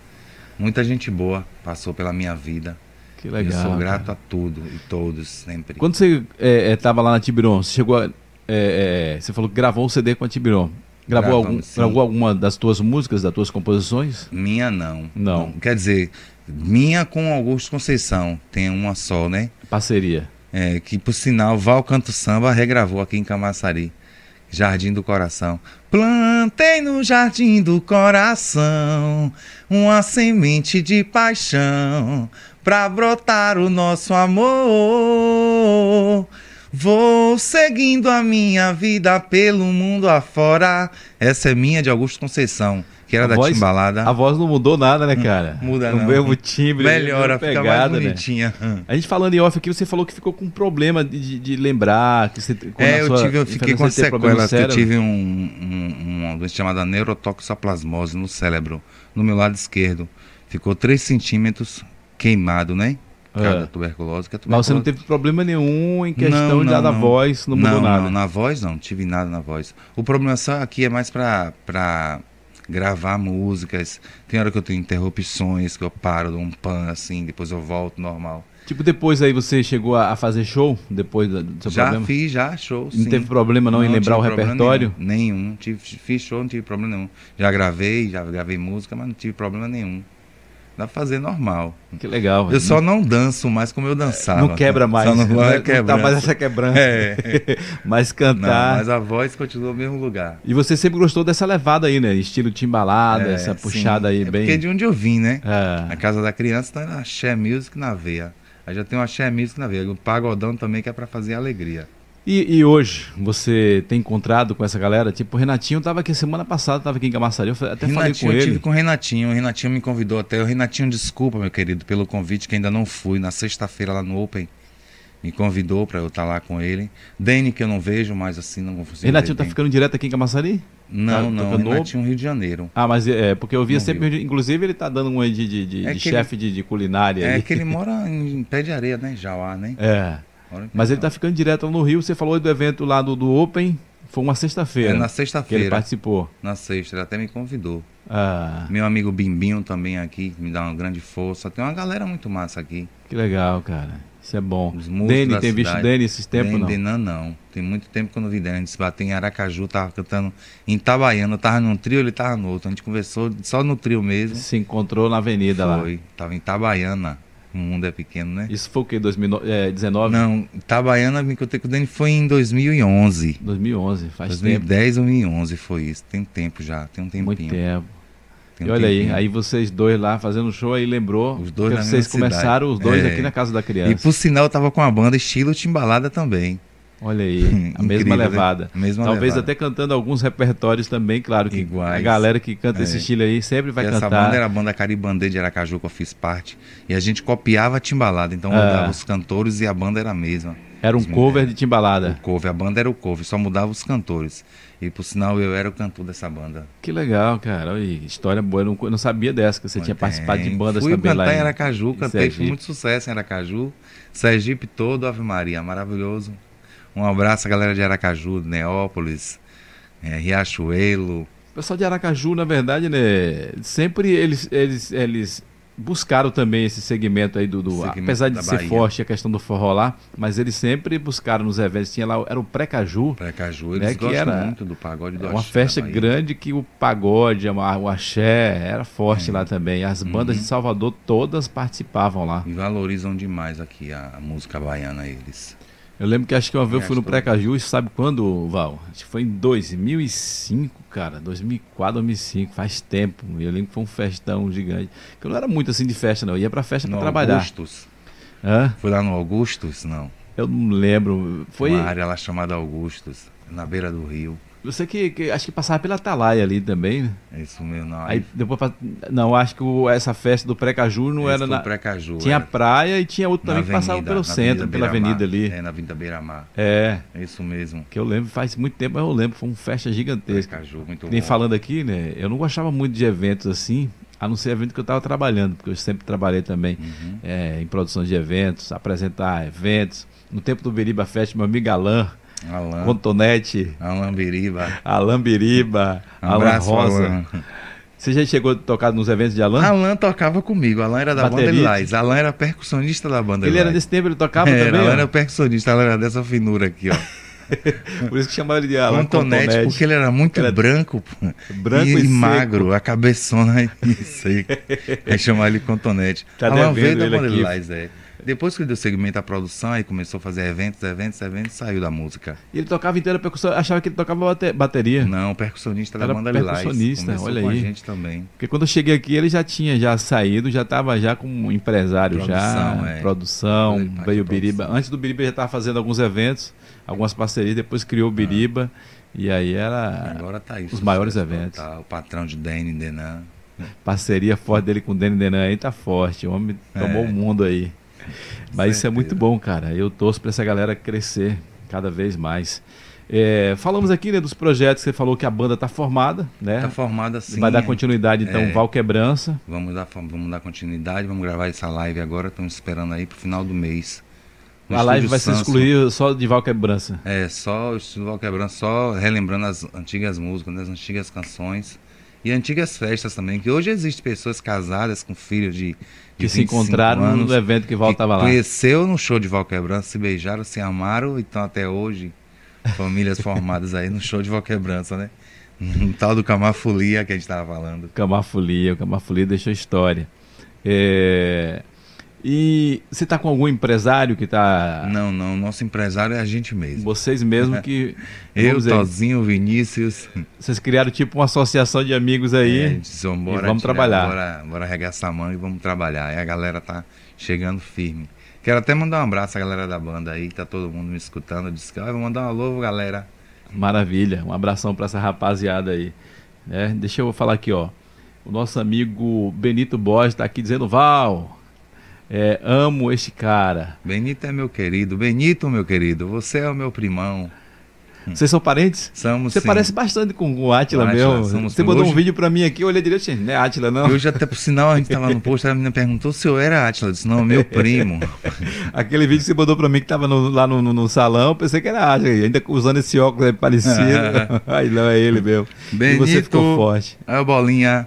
[SPEAKER 2] Muita gente boa passou pela minha vida.
[SPEAKER 1] Que legal.
[SPEAKER 2] Eu sou grato
[SPEAKER 1] cara.
[SPEAKER 2] a tudo e todos, sempre.
[SPEAKER 1] Quando você estava lá na Tibiron, você chegou a, é, é, Você falou que gravou o CD com a Tibiron. Gravou,
[SPEAKER 2] Gravamos,
[SPEAKER 1] algum-
[SPEAKER 2] sim.
[SPEAKER 1] gravou alguma das tuas músicas, das tuas composições?
[SPEAKER 2] Minha não.
[SPEAKER 1] Não.
[SPEAKER 2] Quer dizer, minha com Augusto Conceição. Tem uma só, né?
[SPEAKER 1] Parceria.
[SPEAKER 2] É, que por sinal, Val Canto Samba regravou aqui em Camaçari. Jardim do Coração. Plantei no jardim do coração uma semente de paixão pra brotar o nosso amor. Vou seguindo a minha vida pelo mundo afora. Essa é minha de Augusto Conceição, que era
[SPEAKER 1] A
[SPEAKER 2] da
[SPEAKER 1] voz-
[SPEAKER 2] Timbalada. Hum,
[SPEAKER 1] A voz não mudou nada, né, cara?
[SPEAKER 2] Muda
[SPEAKER 1] o
[SPEAKER 2] não.
[SPEAKER 1] mesmo timbre,
[SPEAKER 2] Melhora,
[SPEAKER 1] a mesma
[SPEAKER 2] fica mais
[SPEAKER 1] pegada, né?
[SPEAKER 2] bonitinha.
[SPEAKER 1] A gente falando em off aqui, você falou que ficou com problema de, de- de lembrar, que você quando
[SPEAKER 2] É,
[SPEAKER 1] a
[SPEAKER 2] eu,
[SPEAKER 1] sua
[SPEAKER 2] tive, eu fiquei com
[SPEAKER 1] infância
[SPEAKER 2] as
[SPEAKER 1] você teve problema no
[SPEAKER 2] sequelas. Eu
[SPEAKER 1] cérebro.
[SPEAKER 2] tive um, um, uma doença chamada neurotoxoplasmose no cérebro, no meu lado esquerdo. Ficou 3 centímetros queimado, né? Por causa
[SPEAKER 1] É.
[SPEAKER 2] da tuberculose. Que a
[SPEAKER 1] Mas
[SPEAKER 2] tuberculose...
[SPEAKER 1] você não teve problema nenhum em questão
[SPEAKER 2] Não,
[SPEAKER 1] de
[SPEAKER 2] não,
[SPEAKER 1] da
[SPEAKER 2] não.
[SPEAKER 1] voz, não mudou
[SPEAKER 2] não,
[SPEAKER 1] nada. né?
[SPEAKER 2] Não, na voz não, tive nada na voz. O problema só aqui é mais pra, pra gravar músicas. Tem hora que eu tenho interrupções, que eu paro, dou um pan assim, depois eu volto normal.
[SPEAKER 1] Tipo, depois aí você chegou a, a fazer show, depois da- do seu
[SPEAKER 2] já
[SPEAKER 1] problema?
[SPEAKER 2] fiz, já show,
[SPEAKER 1] Não
[SPEAKER 2] sim.
[SPEAKER 1] teve problema não, em lembrar o
[SPEAKER 2] tive problema
[SPEAKER 1] repertório?
[SPEAKER 2] Nenhum. nenhum. Tive, fiz show, não tive problema nenhum. Já gravei, já gravei música, mas não tive problema nenhum. Dá pra fazer normal.
[SPEAKER 1] Que legal.
[SPEAKER 2] Eu
[SPEAKER 1] velho.
[SPEAKER 2] só não danço mais como eu dançava.
[SPEAKER 1] não quebra mais. (laughs)
[SPEAKER 2] Só não, vai
[SPEAKER 1] tá
[SPEAKER 2] quebrar.
[SPEAKER 1] mais essa quebrança.
[SPEAKER 2] É.
[SPEAKER 1] (laughs) Mas
[SPEAKER 2] Não,
[SPEAKER 1] cantar.
[SPEAKER 2] mas a voz continua no mesmo lugar.
[SPEAKER 1] E você sempre gostou dessa levada aí, né? Estilo timbalada,
[SPEAKER 2] É,
[SPEAKER 1] essa
[SPEAKER 2] sim.
[SPEAKER 1] puxada aí
[SPEAKER 2] É
[SPEAKER 1] bem.
[SPEAKER 2] Porque de onde eu vim, né?
[SPEAKER 1] Ah,
[SPEAKER 2] Na casa da criança tá na Xé Music na veia. Aí já tem uma Xé Music na veia. O pagodão também que é pra fazer alegria.
[SPEAKER 1] E, e hoje, você tem encontrado com essa galera? Tipo, o Renatinho tava aqui semana passada, tava aqui em Camaçari, eu fa- até falei
[SPEAKER 2] Renatinho,
[SPEAKER 1] com
[SPEAKER 2] eu
[SPEAKER 1] ele.
[SPEAKER 2] tive com o Renatinho, o Renatinho me convidou até. O Renatinho, desculpa, meu querido, pelo convite que ainda não fui, na sexta-feira lá no Open. Me convidou pra eu estar lá com ele. Dene, que eu não vejo mais assim, não consigo.
[SPEAKER 1] Renatinho tá
[SPEAKER 2] ver bem.
[SPEAKER 1] ficando direto aqui em Camaçari?
[SPEAKER 2] Não,
[SPEAKER 1] tá
[SPEAKER 2] não,
[SPEAKER 1] tocando
[SPEAKER 2] Renatinho, Rio de Janeiro.
[SPEAKER 1] Ah, mas é, porque eu via
[SPEAKER 2] Não
[SPEAKER 1] sempre. Inclusive, ele tá dando um de, de, de-
[SPEAKER 2] É
[SPEAKER 1] de
[SPEAKER 2] que
[SPEAKER 1] chefe de, de culinária
[SPEAKER 2] É
[SPEAKER 1] aí.
[SPEAKER 2] que ele mora em pé de areia, né? Jauá, né?
[SPEAKER 1] É.
[SPEAKER 2] Mora em Pé
[SPEAKER 1] Mas
[SPEAKER 2] de
[SPEAKER 1] ele tá ficando direto no Rio. Você falou do evento lá do, do Open. Foi uma
[SPEAKER 2] Areia.
[SPEAKER 1] sexta-feira.
[SPEAKER 2] É na
[SPEAKER 1] que ele
[SPEAKER 2] sexta-feira.
[SPEAKER 1] participou.
[SPEAKER 2] Na sexta, ele até me convidou.
[SPEAKER 1] Ah,
[SPEAKER 2] Meu amigo Bimbinho também aqui, que me dá uma grande força. Tem uma galera muito massa aqui.
[SPEAKER 1] que legal, cara. Isso é bom.
[SPEAKER 2] Os músicos
[SPEAKER 1] Dene,
[SPEAKER 2] da
[SPEAKER 1] tem visto
[SPEAKER 2] cidade.
[SPEAKER 1] Dene esses tempos,
[SPEAKER 2] Nem
[SPEAKER 1] não?
[SPEAKER 2] Denã, não. Tem muito tempo que eu não vi Denã. A gente se bateu em Aracaju, tava cantando em Itabaiana. Eu tava num trio, ele tava no outro. A gente conversou só no trio mesmo.
[SPEAKER 1] Se encontrou na avenida lá.
[SPEAKER 2] Foi. Tava em Itabaiana. O mundo é pequeno, né?
[SPEAKER 1] Isso foi o quê? 2019?
[SPEAKER 2] Não, Itabaiana, me encontrei com o Dani foi em 2011.
[SPEAKER 1] 2011, faz tempo.
[SPEAKER 2] 2010, 2011 foi isso. Tem tempo já, tem um tempinho.
[SPEAKER 1] Muito tempo.
[SPEAKER 2] Tem um
[SPEAKER 1] e olha aí,
[SPEAKER 2] tempinho.
[SPEAKER 1] aí vocês dois lá fazendo show, aí lembrou
[SPEAKER 2] Os dois
[SPEAKER 1] que
[SPEAKER 2] na
[SPEAKER 1] vocês
[SPEAKER 2] mesma cidade.
[SPEAKER 1] começaram os dois
[SPEAKER 2] É.
[SPEAKER 1] aqui na casa da
[SPEAKER 2] E
[SPEAKER 1] criança.
[SPEAKER 2] por sinal, eu tava com a banda estilo Timbalada também.
[SPEAKER 1] Olha
[SPEAKER 2] (laughs)
[SPEAKER 1] aí, a
[SPEAKER 2] Incrível,
[SPEAKER 1] mesma
[SPEAKER 2] né?
[SPEAKER 1] levada.
[SPEAKER 2] A mesma
[SPEAKER 1] Talvez
[SPEAKER 2] levada.
[SPEAKER 1] até cantando alguns repertórios também, claro que
[SPEAKER 2] Iguais.
[SPEAKER 1] a galera que canta
[SPEAKER 2] É.
[SPEAKER 1] esse estilo aí sempre vai
[SPEAKER 2] E Essa
[SPEAKER 1] cantar.
[SPEAKER 2] banda era a banda Caribandê de Aracaju que eu fiz parte. E a gente copiava a timbalada. Então
[SPEAKER 1] Ah.
[SPEAKER 2] mudava os cantores e a banda era a mesma.
[SPEAKER 1] Era um
[SPEAKER 2] Sim,
[SPEAKER 1] cover
[SPEAKER 2] é.
[SPEAKER 1] de
[SPEAKER 2] O
[SPEAKER 1] timbalada.
[SPEAKER 2] cover, a banda era o cover, só mudava os cantores. E por sinal eu era o cantor dessa banda.
[SPEAKER 1] Que legal, cara. Olha aí, história boa. Eu não, eu não sabia dessa, que você tinha
[SPEAKER 2] Tem.
[SPEAKER 1] participado de bandas
[SPEAKER 2] é. Fui
[SPEAKER 1] também
[SPEAKER 2] cantar
[SPEAKER 1] lá.
[SPEAKER 2] em
[SPEAKER 1] em-
[SPEAKER 2] Aracaju, cantei, fiz
[SPEAKER 1] Sergipe.
[SPEAKER 2] muito sucesso em Aracaju. Sergipe todo, Ave Maria, maravilhoso. Um abraço à galera de Aracaju, Neópolis, eh, Riachuelo.
[SPEAKER 1] O pessoal de Aracaju, na verdade, né? Sempre eles, eles, eles buscaram também esse segmento aí do. do-
[SPEAKER 2] Segmento
[SPEAKER 1] apesar de
[SPEAKER 2] da
[SPEAKER 1] ser
[SPEAKER 2] Bahia.
[SPEAKER 1] forte a questão do forró lá, mas eles sempre buscaram nos eventos. Tinha lá, era o pré-caju.
[SPEAKER 2] Aracaju,
[SPEAKER 1] Né,
[SPEAKER 2] eles
[SPEAKER 1] que
[SPEAKER 2] gostam
[SPEAKER 1] era-
[SPEAKER 2] muito do pagode do
[SPEAKER 1] É uma
[SPEAKER 2] axé da
[SPEAKER 1] festa
[SPEAKER 2] Bahia.
[SPEAKER 1] grande que o pagode, a- o axé, era forte lá também. As bandas
[SPEAKER 2] Uhum.
[SPEAKER 1] de Salvador todas participavam lá.
[SPEAKER 2] E valorizam demais aqui a, a música baiana eles.
[SPEAKER 1] Eu lembro que acho que uma vez eu fui no
[SPEAKER 2] Gastou.
[SPEAKER 1] Pré-Caju, e sabe quando, Val? Acho que foi em 2005, cara. 2004, 2005, faz tempo. E Eu lembro que foi um festão gigante. Que eu não era muito assim de festa, não. Eu ia pra festa pra
[SPEAKER 2] No
[SPEAKER 1] trabalhar.
[SPEAKER 2] Augustus.
[SPEAKER 1] Hã?
[SPEAKER 2] Foi lá no Augustus? Não.
[SPEAKER 1] Eu não lembro. Foi.
[SPEAKER 2] Uma área lá chamada Augustus, na beira do rio.
[SPEAKER 1] Você que, que- acho que passava pela Atalaia ali também, né?
[SPEAKER 2] É Isso mesmo, não.
[SPEAKER 1] Aí depois. pa- Não, acho que o- essa festa do Pré-Caju não era na.
[SPEAKER 2] Precaju, é.
[SPEAKER 1] Tinha praia e tinha outro é. também que passava pelo centro, pela avenida ali.
[SPEAKER 2] É, na Avenida Beira-Mar.
[SPEAKER 1] É.
[SPEAKER 2] É isso mesmo.
[SPEAKER 1] que eu lembro, faz muito tempo, mas eu lembro, foi uma festa gigantesca.
[SPEAKER 2] Precaju, muito
[SPEAKER 1] Que Nem
[SPEAKER 2] bom.
[SPEAKER 1] falando aqui, né? Eu não gostava muito de eventos assim, a não ser evento que eu estava trabalhando, porque eu sempre trabalhei também eh,
[SPEAKER 2] Uhum.
[SPEAKER 1] é, em produção de eventos, apresentar eventos. No tempo do Beriba Fest, meu amigo Alain, Alan.
[SPEAKER 2] Ah.
[SPEAKER 1] Contonete.
[SPEAKER 2] Alan Biriba.
[SPEAKER 1] Alan Biriba.
[SPEAKER 2] Um
[SPEAKER 1] Alan
[SPEAKER 2] abraço,
[SPEAKER 1] Rosa.
[SPEAKER 2] Alan.
[SPEAKER 1] Você já chegou a tocar nos eventos de Alan?
[SPEAKER 2] Alan tocava comigo, Alan era da
[SPEAKER 1] Baterista.
[SPEAKER 2] banda Lilás. Alan era percussionista da banda
[SPEAKER 1] ele
[SPEAKER 2] Lilás.
[SPEAKER 1] era desse tempo, ele tocava
[SPEAKER 2] Era,
[SPEAKER 1] também?
[SPEAKER 2] É, Alan
[SPEAKER 1] ó?
[SPEAKER 2] era percussionista, Alan era dessa finura aqui, ó.
[SPEAKER 1] Por isso que chamaram ele de Alan
[SPEAKER 2] Antonete,
[SPEAKER 1] Contonete.
[SPEAKER 2] porque ele era muito
[SPEAKER 1] Era
[SPEAKER 2] branco, pô.
[SPEAKER 1] branco
[SPEAKER 2] e,
[SPEAKER 1] e seco.
[SPEAKER 2] magro, a cabeçona (laughs) e seca. Aí chamar ele Contonete.
[SPEAKER 1] Tá
[SPEAKER 2] Alan
[SPEAKER 1] devendo
[SPEAKER 2] veio da
[SPEAKER 1] ele
[SPEAKER 2] banda
[SPEAKER 1] aqui.
[SPEAKER 2] Lilás, é. Depois que ele deu segmento à produção, aí começou a fazer eventos, eventos, eventos, saiu da música.
[SPEAKER 1] E ele tocava inteira percussão, achava que ele tocava bate- bateria.
[SPEAKER 2] Não, percussionista da
[SPEAKER 1] É. Era
[SPEAKER 2] banda Lilás.
[SPEAKER 1] percussionista,
[SPEAKER 2] Começou
[SPEAKER 1] olha
[SPEAKER 2] com
[SPEAKER 1] aí.
[SPEAKER 2] a gente também.
[SPEAKER 1] Porque quando eu cheguei aqui, ele já tinha já saído, já estava já com um empresário
[SPEAKER 2] Produção,
[SPEAKER 1] já, né?
[SPEAKER 2] é.
[SPEAKER 1] produção,
[SPEAKER 2] Ele faz
[SPEAKER 1] veio o
[SPEAKER 2] produção.
[SPEAKER 1] Biriba. Antes do Biriba ele já estava fazendo alguns eventos, algumas parcerias, depois
[SPEAKER 2] Ah.
[SPEAKER 1] criou o Biriba e aí era
[SPEAKER 2] Agora tá isso.
[SPEAKER 1] Ah, os maiores eventos.
[SPEAKER 2] Tá, o patrão de Dane Denan.
[SPEAKER 1] parceria forte dele com o Danny Denan aí tá forte. O homem
[SPEAKER 2] É.
[SPEAKER 1] tomou o mundo aí. Mas isso é
[SPEAKER 2] certeza.
[SPEAKER 1] muito bom, cara. Eu torço pra essa galera crescer cada vez mais. É, falamos aqui né, dos projetos que você falou que a banda tá formada, né?
[SPEAKER 2] Tá formado assim.
[SPEAKER 1] Vai dar continuidade, então,
[SPEAKER 2] É.
[SPEAKER 1] Val Quebrança.
[SPEAKER 2] Vamos dar, vamos dar continuidade, vamos gravar essa live agora, estamos esperando aí pro final do mês. No
[SPEAKER 1] a live
[SPEAKER 2] Estúdio
[SPEAKER 1] vai ser
[SPEAKER 2] Samson.
[SPEAKER 1] excluir só de Val Quebrança.
[SPEAKER 2] É, só o Estúdio Valquebran, só relembrando as antigas músicas, né, as antigas canções e antigas festas também, que hoje existem pessoas casadas com filhos de, de
[SPEAKER 1] Que se
[SPEAKER 2] 25
[SPEAKER 1] encontraram
[SPEAKER 2] anos,
[SPEAKER 1] no evento que Val
[SPEAKER 2] que
[SPEAKER 1] tava lá.
[SPEAKER 2] Conheceu no show de Valquebran, se beijaram, se amaram, então até hoje, famílias formadas aí no show de Valquebrança, né? Um tal do Camafolia que a gente tava falando.
[SPEAKER 1] Camafolia, o Camafolia deixou história. É, E você tá com algum empresário que tá.
[SPEAKER 2] Não, não, nosso empresário é a gente mesmo.
[SPEAKER 1] Vocês mesmo que.
[SPEAKER 2] (laughs) Eu,
[SPEAKER 1] vamos dizer,
[SPEAKER 2] Tozinho, Vinícius.
[SPEAKER 1] Vocês criaram tipo uma associação de amigos aí.
[SPEAKER 2] É, a gente disse, "Vambora,
[SPEAKER 1] e vamos
[SPEAKER 2] tirar,
[SPEAKER 1] trabalhar."
[SPEAKER 2] Bora, bora arregaçar a mão e vamos trabalhar. E a galera tá chegando firme. Quero até mandar um abraço à galera da banda aí, que tá todo mundo me escutando. Eu disse que "Ah, vou mandar um alô, galera.
[SPEAKER 1] Maravilha. Um abração pra essa rapaziada aí. né? Deixa eu falar aqui, ó. O nosso amigo Benito Borges tá aqui dizendo, Val, é, amo este cara.
[SPEAKER 2] Benito é meu querido. Benito, meu querido, você é o meu primão. Hum.
[SPEAKER 1] Vocês são parentes?
[SPEAKER 2] Somos
[SPEAKER 1] Você
[SPEAKER 2] sim.
[SPEAKER 1] parece bastante com o Atila
[SPEAKER 2] Com o Átila,
[SPEAKER 1] mesmo.
[SPEAKER 2] somos
[SPEAKER 1] Você mandou um
[SPEAKER 2] hoje-
[SPEAKER 1] vídeo pra mim aqui, eu olhei direito, gente, não é Atila não.
[SPEAKER 2] Hoje até por sinal a gente tava no posto, a menina perguntou se eu era Átila. Eu disse,
[SPEAKER 1] (laughs)
[SPEAKER 2] não, meu primo.
[SPEAKER 1] (laughs) Aquele vídeo que você mandou pra mim que tava no- lá no, no- no salão, eu pensei que era Atila, ainda usando esse óculos aí
[SPEAKER 2] (laughs)
[SPEAKER 1] parecido. Ai, não, é ele mesmo. E você ficou
[SPEAKER 2] Benito.
[SPEAKER 1] forte.
[SPEAKER 2] Aí o Bolinha.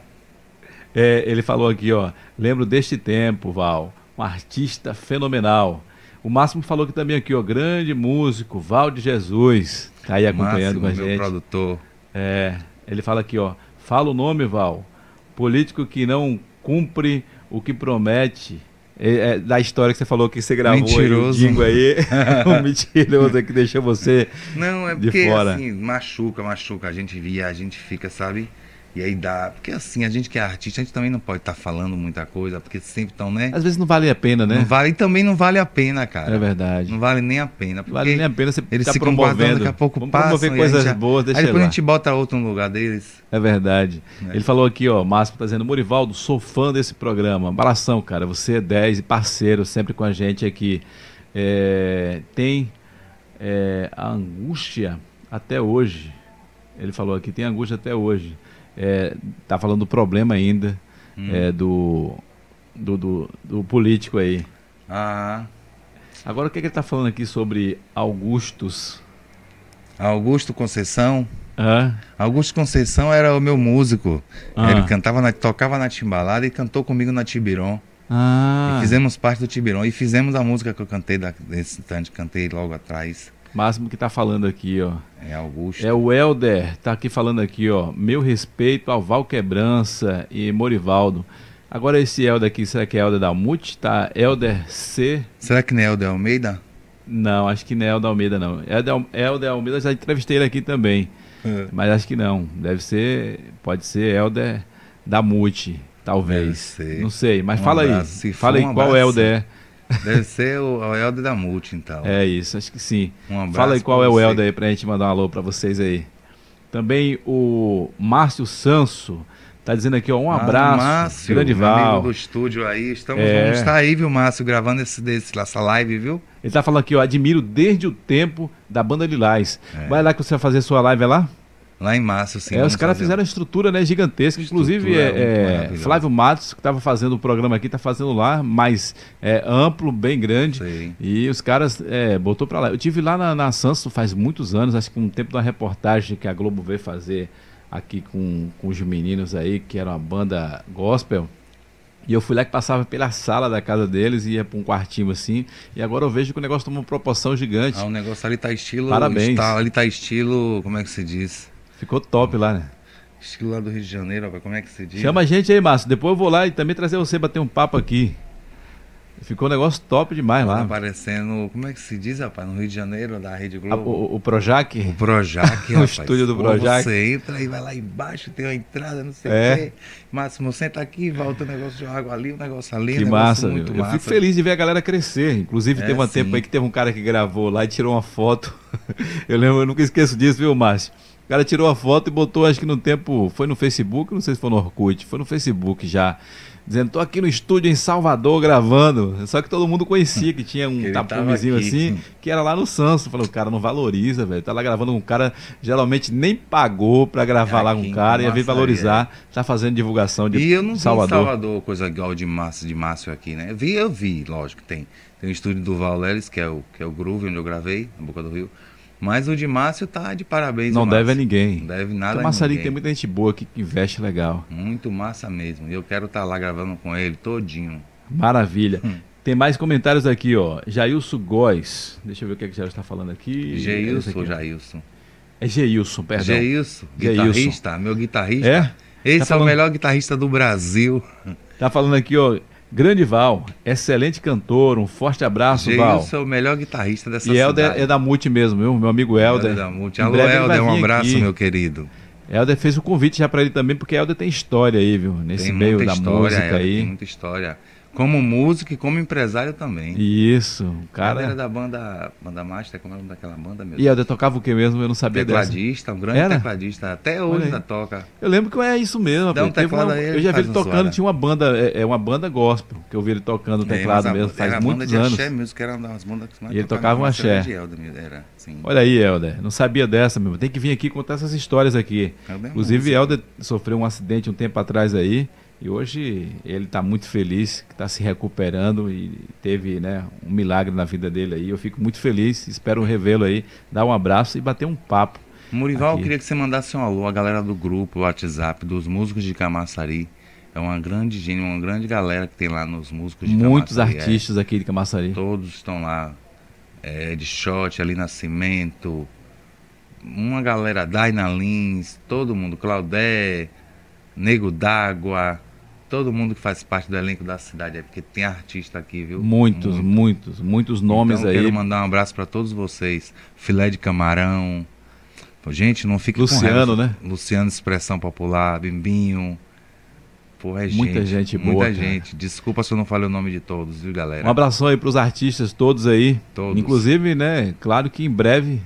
[SPEAKER 1] É, ele falou aqui, ó. Lembro deste tempo, Val. Um artista fenomenal. O Máximo falou que também aqui, ó. Grande músico, Val de Jesus. Tá aí acompanhando
[SPEAKER 2] Máximo,
[SPEAKER 1] com a
[SPEAKER 2] meu
[SPEAKER 1] gente.
[SPEAKER 2] produtor.
[SPEAKER 1] É, ele fala aqui, ó. Fala o nome, Val. Político que não cumpre o que promete. É, é, da história que você falou que você gravou
[SPEAKER 2] Mentiroso.
[SPEAKER 1] aí, o Dingo
[SPEAKER 2] (laughs)
[SPEAKER 1] aí. um mentiroso que deixou você.
[SPEAKER 2] Não, é
[SPEAKER 1] De
[SPEAKER 2] porque
[SPEAKER 1] fora.
[SPEAKER 2] assim, machuca, machuca. A gente via, a gente fica, sabe? E aí dá. Porque assim, a gente que é artista, a gente também não pode estar falando muita coisa, porque sempre estão, né?
[SPEAKER 1] Às vezes não vale a pena,
[SPEAKER 2] Não
[SPEAKER 1] né?
[SPEAKER 2] vale, e também não vale a pena, cara.
[SPEAKER 1] É verdade.
[SPEAKER 2] Não vale nem a pena.
[SPEAKER 1] Não
[SPEAKER 2] Porque
[SPEAKER 1] vale nem a pena você
[SPEAKER 2] eles
[SPEAKER 1] ficar
[SPEAKER 2] ficam guardando,
[SPEAKER 1] promovendo.
[SPEAKER 2] daqui a pouco
[SPEAKER 1] Vamos
[SPEAKER 2] passam.
[SPEAKER 1] promover
[SPEAKER 2] e
[SPEAKER 1] coisas
[SPEAKER 2] aí já-
[SPEAKER 1] boas, deixa
[SPEAKER 2] Aí depois
[SPEAKER 1] lá.
[SPEAKER 2] a gente bota outro no lugar deles.
[SPEAKER 1] É verdade.
[SPEAKER 2] Né?
[SPEAKER 1] Ele falou aqui, ó, Márcio tá dizendo, Murivaldo, sou fã desse programa. Abração, cara. Você é 10 e parceiro sempre com a gente aqui. É, tem é, a angústia até hoje. Ele falou aqui, tem angústia até hoje. É, tá falando do problema ainda é, do, do, do, do político aí.
[SPEAKER 2] Ah,
[SPEAKER 1] Agora o que, que ele tá falando aqui sobre Augustus?
[SPEAKER 2] Augusto Conceição.
[SPEAKER 1] Hã?
[SPEAKER 2] Augusto Conceição era o meu músico.
[SPEAKER 1] Ah.
[SPEAKER 2] Ele cantava, na- tocava na timbalada e cantou comigo na Tibiron.
[SPEAKER 1] Ah,
[SPEAKER 2] E fizemos parte do Tibiron e fizemos a música que eu cantei da, desse instante, cantei logo atrás.
[SPEAKER 1] Máximo que tá falando aqui, ó.
[SPEAKER 2] É Augusto.
[SPEAKER 1] É o Helder, tá aqui falando aqui, ó. Meu respeito ao Val Quebrança e Morivaldo. Agora esse Helder aqui, será que é Helder da Mut? Tá? Helder C.
[SPEAKER 2] Será que não é Helder Almeida?
[SPEAKER 1] Não, acho que não é Helder Almeida, não. Helder, Al- Helder Almeida, já entrevistei ele aqui também. Mas acho que não. Deve ser. Pode ser Helder da Mut,
[SPEAKER 2] Deve
[SPEAKER 1] talvez.
[SPEAKER 2] ser.
[SPEAKER 1] É Não sei, mas
[SPEAKER 2] Um
[SPEAKER 1] fala aí.
[SPEAKER 2] abraço. Se
[SPEAKER 1] Fala
[SPEAKER 2] for
[SPEAKER 1] aí
[SPEAKER 2] um
[SPEAKER 1] qual
[SPEAKER 2] abraço.
[SPEAKER 1] Helder
[SPEAKER 2] Deve ser o, o Helder da Multi, então.
[SPEAKER 1] é. É isso, acho que sim.
[SPEAKER 2] Um abraço
[SPEAKER 1] Fala aí qual
[SPEAKER 2] pra
[SPEAKER 1] é o
[SPEAKER 2] você.
[SPEAKER 1] Helder aí pra gente mandar um alô pra vocês aí. Também o Márcio Sanso tá dizendo aqui, ó, um
[SPEAKER 2] Ah,
[SPEAKER 1] abraço.
[SPEAKER 2] Márcio,
[SPEAKER 1] grande
[SPEAKER 2] meu amigo
[SPEAKER 1] Val.
[SPEAKER 2] do estúdio aí. Estamos,
[SPEAKER 1] É.
[SPEAKER 2] Vamos estar aí, viu, Márcio, gravando esse, desse, essa live, viu?
[SPEAKER 1] Ele tá falando aqui, ó, admiro desde o tempo da banda Lilás. Vai lá que você vai fazer sua live é lá?
[SPEAKER 2] Lá em março, sim.
[SPEAKER 1] É,
[SPEAKER 2] vamos
[SPEAKER 1] os caras
[SPEAKER 2] fazer.
[SPEAKER 1] fizeram uma estrutura né, gigantesca. Inclusive,
[SPEAKER 2] Estrutura
[SPEAKER 1] é, é,
[SPEAKER 2] maravilhosa.
[SPEAKER 1] Flávio Matos, que estava fazendo o programa aqui, está fazendo lá, mas é amplo, bem grande.
[SPEAKER 2] Sei.
[SPEAKER 1] E os caras é, botou para lá. Eu tive lá na, na Sanso faz muitos anos, acho que um tempo da reportagem que a Globo veio fazer aqui com, com os meninos aí, que era uma banda gospel. E eu fui lá que passava pela sala da casa deles, ia para um quartinho assim. E agora eu vejo que o negócio tomou proporção gigante.
[SPEAKER 2] Ah, o negócio ali tá estilo.
[SPEAKER 1] Parabéns.
[SPEAKER 2] Está, ali tá estilo. Como é que se diz?
[SPEAKER 1] Ficou top lá, né?
[SPEAKER 2] Estilo lá do Rio de Janeiro, rapaz. Como é que se diz?
[SPEAKER 1] Chama a gente aí, Márcio. Depois eu vou lá e também trazer você bater um papo aqui. Ficou um negócio top demais
[SPEAKER 2] lá.
[SPEAKER 1] lá.
[SPEAKER 2] Aparecendo. Como é que se diz, rapaz? No Rio de Janeiro, da Rede
[SPEAKER 1] Ah,
[SPEAKER 2] Globo.
[SPEAKER 1] O, o Projac.
[SPEAKER 2] O Projac,
[SPEAKER 1] (laughs) O
[SPEAKER 2] rapaz.
[SPEAKER 1] estúdio do
[SPEAKER 2] Pô,
[SPEAKER 1] Projac.
[SPEAKER 2] Você entra e vai lá embaixo, tem uma entrada, não sei o
[SPEAKER 1] É.
[SPEAKER 2] quê. Máximo, senta aqui, volta o negócio de água ali, o negócio ali.
[SPEAKER 1] Que
[SPEAKER 2] um negócio
[SPEAKER 1] massa,
[SPEAKER 2] muito
[SPEAKER 1] viu?
[SPEAKER 2] massa.
[SPEAKER 1] Eu fico feliz de ver a galera crescer. Inclusive,
[SPEAKER 2] É,
[SPEAKER 1] teve um
[SPEAKER 2] sim.
[SPEAKER 1] tempo aí que teve um cara que gravou lá e tirou uma foto. (laughs) Eu lembro, eu nunca esqueço disso, viu, Márcio? O cara tirou a foto e botou, acho que no tempo. Foi no Facebook, não sei se foi no Orkut, foi no Facebook já. Dizendo, tô aqui no estúdio em Salvador gravando. Só que todo mundo conhecia que tinha
[SPEAKER 2] Que
[SPEAKER 1] um
[SPEAKER 2] ele tava
[SPEAKER 1] tapumezinho
[SPEAKER 2] aqui.
[SPEAKER 1] assim, que era lá no Sanso. Falei, o cara não valoriza, velho. Tá lá gravando com um cara, geralmente nem pagou pra gravar
[SPEAKER 2] É
[SPEAKER 1] lá com
[SPEAKER 2] aqui
[SPEAKER 1] um
[SPEAKER 2] em
[SPEAKER 1] cara, ia vir
[SPEAKER 2] Camaçari,
[SPEAKER 1] valorizar, tá fazendo divulgação de
[SPEAKER 2] E eu não vi em
[SPEAKER 1] Salvador.
[SPEAKER 2] Salvador coisa igual de Márcio, de Márcio aqui, né? Eu Vi, eu vi, lógico, tem. Tem o estúdio do Val Lelis, que é o, que é o Groove, onde eu gravei, na Boca do Rio. Mas o de Márcio tá de parabéns.
[SPEAKER 1] Não
[SPEAKER 2] o
[SPEAKER 1] deve a
[SPEAKER 2] Márcio.
[SPEAKER 1] ninguém.
[SPEAKER 2] Não deve nada
[SPEAKER 1] Então,
[SPEAKER 2] a
[SPEAKER 1] Massari
[SPEAKER 2] ninguém.
[SPEAKER 1] tem muita gente boa aqui que investe legal.
[SPEAKER 2] Muito massa mesmo. E eu quero estar lá gravando com ele todinho.
[SPEAKER 1] Maravilha.
[SPEAKER 2] Hum.
[SPEAKER 1] Tem mais comentários aqui, ó. Jailson Góes. Deixa eu ver o que, é que o Jailson está falando aqui. Esse
[SPEAKER 2] Geilson,
[SPEAKER 1] aqui.
[SPEAKER 2] Jailson.
[SPEAKER 1] É Geilson, perdão.
[SPEAKER 2] Geilson,
[SPEAKER 1] Geilson.
[SPEAKER 2] guitarrista, meu guitarrista.
[SPEAKER 1] É?
[SPEAKER 2] Esse
[SPEAKER 1] Tá
[SPEAKER 2] é
[SPEAKER 1] falando-
[SPEAKER 2] o melhor guitarrista do Brasil.
[SPEAKER 1] Tá falando aqui, ó. Grande Val, excelente cantor. Um forte abraço, Val.
[SPEAKER 2] Geilson é o melhor guitarrista dessa
[SPEAKER 1] E Helder
[SPEAKER 2] cidade.
[SPEAKER 1] é da Multi mesmo, viu? Meu amigo Helder.
[SPEAKER 2] Helder é da Multi.
[SPEAKER 1] Em
[SPEAKER 2] Alô,
[SPEAKER 1] breve ele vai
[SPEAKER 2] Helder, um
[SPEAKER 1] vir
[SPEAKER 2] abraço,
[SPEAKER 1] aqui.
[SPEAKER 2] meu querido.
[SPEAKER 1] Helder fez o convite já pra ele também, porque Helder tem história aí, viu? Nesse
[SPEAKER 2] Tem
[SPEAKER 1] meio
[SPEAKER 2] muita
[SPEAKER 1] da
[SPEAKER 2] história,
[SPEAKER 1] música
[SPEAKER 2] Helder,
[SPEAKER 1] aí.
[SPEAKER 2] Tem muita história. Como músico e como empresário também.
[SPEAKER 1] Isso, o
[SPEAKER 2] Helder
[SPEAKER 1] cara.
[SPEAKER 2] era da banda, banda Master, como é o nome daquela banda, meu
[SPEAKER 1] E Helder tocava o que mesmo? Eu não sabia dessa.
[SPEAKER 2] Tecladista, um grande
[SPEAKER 1] Era?
[SPEAKER 2] tecladista. Até
[SPEAKER 1] Olha
[SPEAKER 2] hoje
[SPEAKER 1] aí.
[SPEAKER 2] ainda toca.
[SPEAKER 1] Eu lembro que é isso mesmo.
[SPEAKER 2] Dá
[SPEAKER 1] rapaz.
[SPEAKER 2] um
[SPEAKER 1] Teve
[SPEAKER 2] teclado
[SPEAKER 1] uma-
[SPEAKER 2] aí,
[SPEAKER 1] eu
[SPEAKER 2] ele
[SPEAKER 1] já vi
[SPEAKER 2] faz
[SPEAKER 1] ele
[SPEAKER 2] uma
[SPEAKER 1] tocando,
[SPEAKER 2] zoada.
[SPEAKER 1] tinha uma banda, é, é uma banda gospel, que eu vi ele tocando o teclado
[SPEAKER 2] É, mas a-
[SPEAKER 1] mesmo, faz
[SPEAKER 2] era a banda
[SPEAKER 1] muitos
[SPEAKER 2] de
[SPEAKER 1] anos.
[SPEAKER 2] axé mesmo, que era uma das bandas que mais
[SPEAKER 1] E ele
[SPEAKER 2] tocava
[SPEAKER 1] tocava um
[SPEAKER 2] na
[SPEAKER 1] axé.
[SPEAKER 2] Marcela de Helder, meu, era, sim.
[SPEAKER 1] Olha aí, Helder, não sabia dessa mesmo. Tem que vir aqui contar essas histórias aqui.
[SPEAKER 2] Helder é
[SPEAKER 1] Inclusive,
[SPEAKER 2] músico.
[SPEAKER 1] Helder sofreu um acidente um tempo atrás aí, e hoje ele está muito feliz, que está se recuperando e teve né, um milagre na vida dele aí. Eu fico muito feliz, espero revê-lo aí, dar um abraço e bater um papo.
[SPEAKER 2] Murival,
[SPEAKER 1] Aqui.
[SPEAKER 2] eu queria que você mandasse um alô à galera do grupo, o WhatsApp, dos músicos de Camaçari. É uma grande gênio, uma grande galera que tem lá nos músicos de
[SPEAKER 1] Muitos
[SPEAKER 2] Camaçari. é.
[SPEAKER 1] artistas aqui de Camaçari.
[SPEAKER 2] Todos estão lá. É, de shot, ali Nascimento. Uma galera, Daina Lins, todo mundo, Claudé, Nego d'Água, todo mundo que faz parte do elenco da cidade, é porque tem artista aqui, viu?
[SPEAKER 1] Muitos, muitos, muitos nomes
[SPEAKER 2] então,
[SPEAKER 1] aí.
[SPEAKER 2] Quero mandar um abraço para todos vocês. Filé de camarão. Pô, Gente, não fique
[SPEAKER 1] Luciano,
[SPEAKER 2] com raiva.
[SPEAKER 1] né?
[SPEAKER 2] Luciano Expressão Popular, Bimbinho. Pô, é
[SPEAKER 1] Muita gente boa,
[SPEAKER 2] Muita
[SPEAKER 1] cara.
[SPEAKER 2] gente. Desculpa se eu não falei o nome de todos, viu, galera?
[SPEAKER 1] Um abração aí pros artistas todos aí.
[SPEAKER 2] Todos.
[SPEAKER 1] Inclusive, né, claro que em breve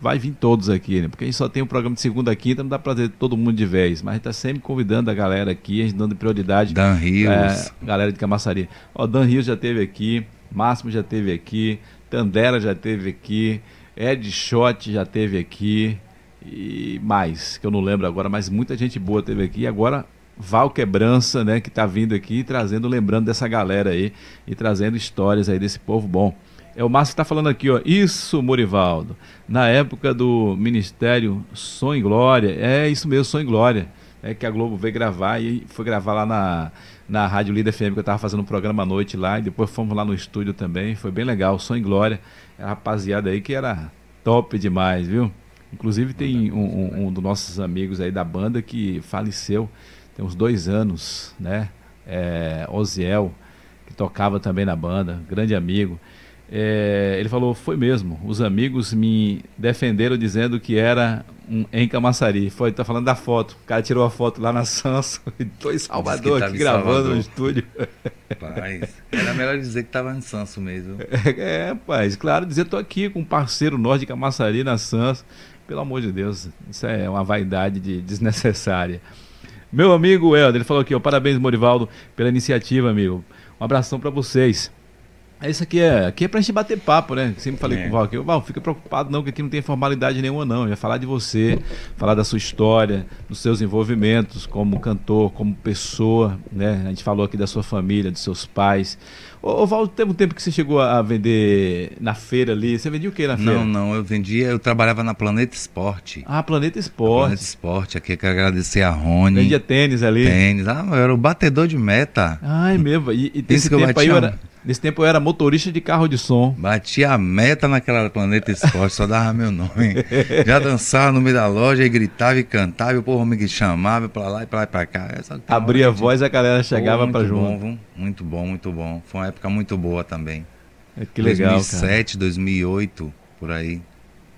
[SPEAKER 1] vai vir todos aqui, né? Porque a gente só tem um programa de segunda a quinta, não dá pra ter todo mundo de vez. Mas a gente tá sempre convidando a galera aqui, a gente dando prioridade
[SPEAKER 2] Dan Rios.
[SPEAKER 1] é, galera de Camaçari. Ó, Dan Rios já teve aqui, Máximo já teve aqui, Tandera já teve aqui, Ed Schott já teve aqui e mais, que eu não lembro agora, mas muita gente boa teve aqui. E agora Val Quebrança, né, que tá vindo aqui e trazendo, lembrando dessa galera aí e trazendo histórias aí desse povo bom. É o Márcio que tá falando aqui, ó. Isso, Murivaldo. Na época do Ministério Sonho e Glória. É isso mesmo, Sonho e Glória é que a Globo veio gravar e foi gravar lá na, na Rádio Líder FM, que eu tava fazendo um programa à noite lá, e depois fomos lá no estúdio também, foi bem legal, Som e Glória, É a rapaziada aí que era top demais, viu? Inclusive tem um, um, um dos nossos amigos aí da banda que faleceu, tem uns dois anos, né? É, Oziel, que tocava também na banda, grande amigo. É, ele falou, foi mesmo. Os amigos me defenderam dizendo que era um em Camaçari. Foi, tá falando da foto. O cara tirou a foto lá na (laughs) Sanso. Tô em Salvador
[SPEAKER 2] que tava
[SPEAKER 1] aqui
[SPEAKER 2] em
[SPEAKER 1] gravando
[SPEAKER 2] Salvador.
[SPEAKER 1] no estúdio.
[SPEAKER 2] Rapaz, era melhor dizer que tava em Sanso mesmo.
[SPEAKER 1] É, rapaz, claro, dizer tô aqui com um parceiro norte de Camaçari na Sanso. Pelo amor de Deus, isso é uma vaidade de- desnecessária. Meu amigo Helder, ele falou aqui, ó, parabéns, Morivaldo, pela iniciativa, amigo. Um abração para vocês. É Isso aqui é, aqui é pra gente bater papo, né? Sempre falei
[SPEAKER 2] É.
[SPEAKER 1] com o Val aqui, "Ô, Val, fica preocupado não, que aqui não tem formalidade nenhuma não. A gente vai falar de você, falar da sua história, dos seus envolvimentos como cantor, como pessoa, né? A gente falou aqui da sua família, dos seus pais. Ô, ô, Val, teve um tempo que você chegou a vender na feira ali. Você vendia o que na feira?
[SPEAKER 2] Não, não, eu vendia, eu trabalhava na Planeta Esporte.
[SPEAKER 1] Ah, Planeta
[SPEAKER 2] Planeta
[SPEAKER 1] Esporte.
[SPEAKER 2] Esporte, aqui eu quero agradecer a Rony.
[SPEAKER 1] Vendia tênis ali.
[SPEAKER 2] Tênis. Ah, eu era o batedor de meta.
[SPEAKER 1] Ai, mesmo. E, e nesse
[SPEAKER 2] que eu
[SPEAKER 1] tempo aí
[SPEAKER 2] bati
[SPEAKER 1] eu
[SPEAKER 2] a-
[SPEAKER 1] era, nesse tempo eu era motorista de carro de som.
[SPEAKER 2] Batia a meta naquela Planeta Esporte, só dava meu nome. Já dançava no meio da loja e gritava e cantava, e o povo me chamava pra lá e pra lá e pra cá. Eu só-
[SPEAKER 1] Abria a voz, a galera chegava
[SPEAKER 2] Pô,
[SPEAKER 1] pra
[SPEAKER 2] muito
[SPEAKER 1] junto.
[SPEAKER 2] bom, viu? muito bom, muito bom. Foi uma época muito boa também.
[SPEAKER 1] Que legal,
[SPEAKER 2] 2007, 2008, por aí.
[SPEAKER 1] cara.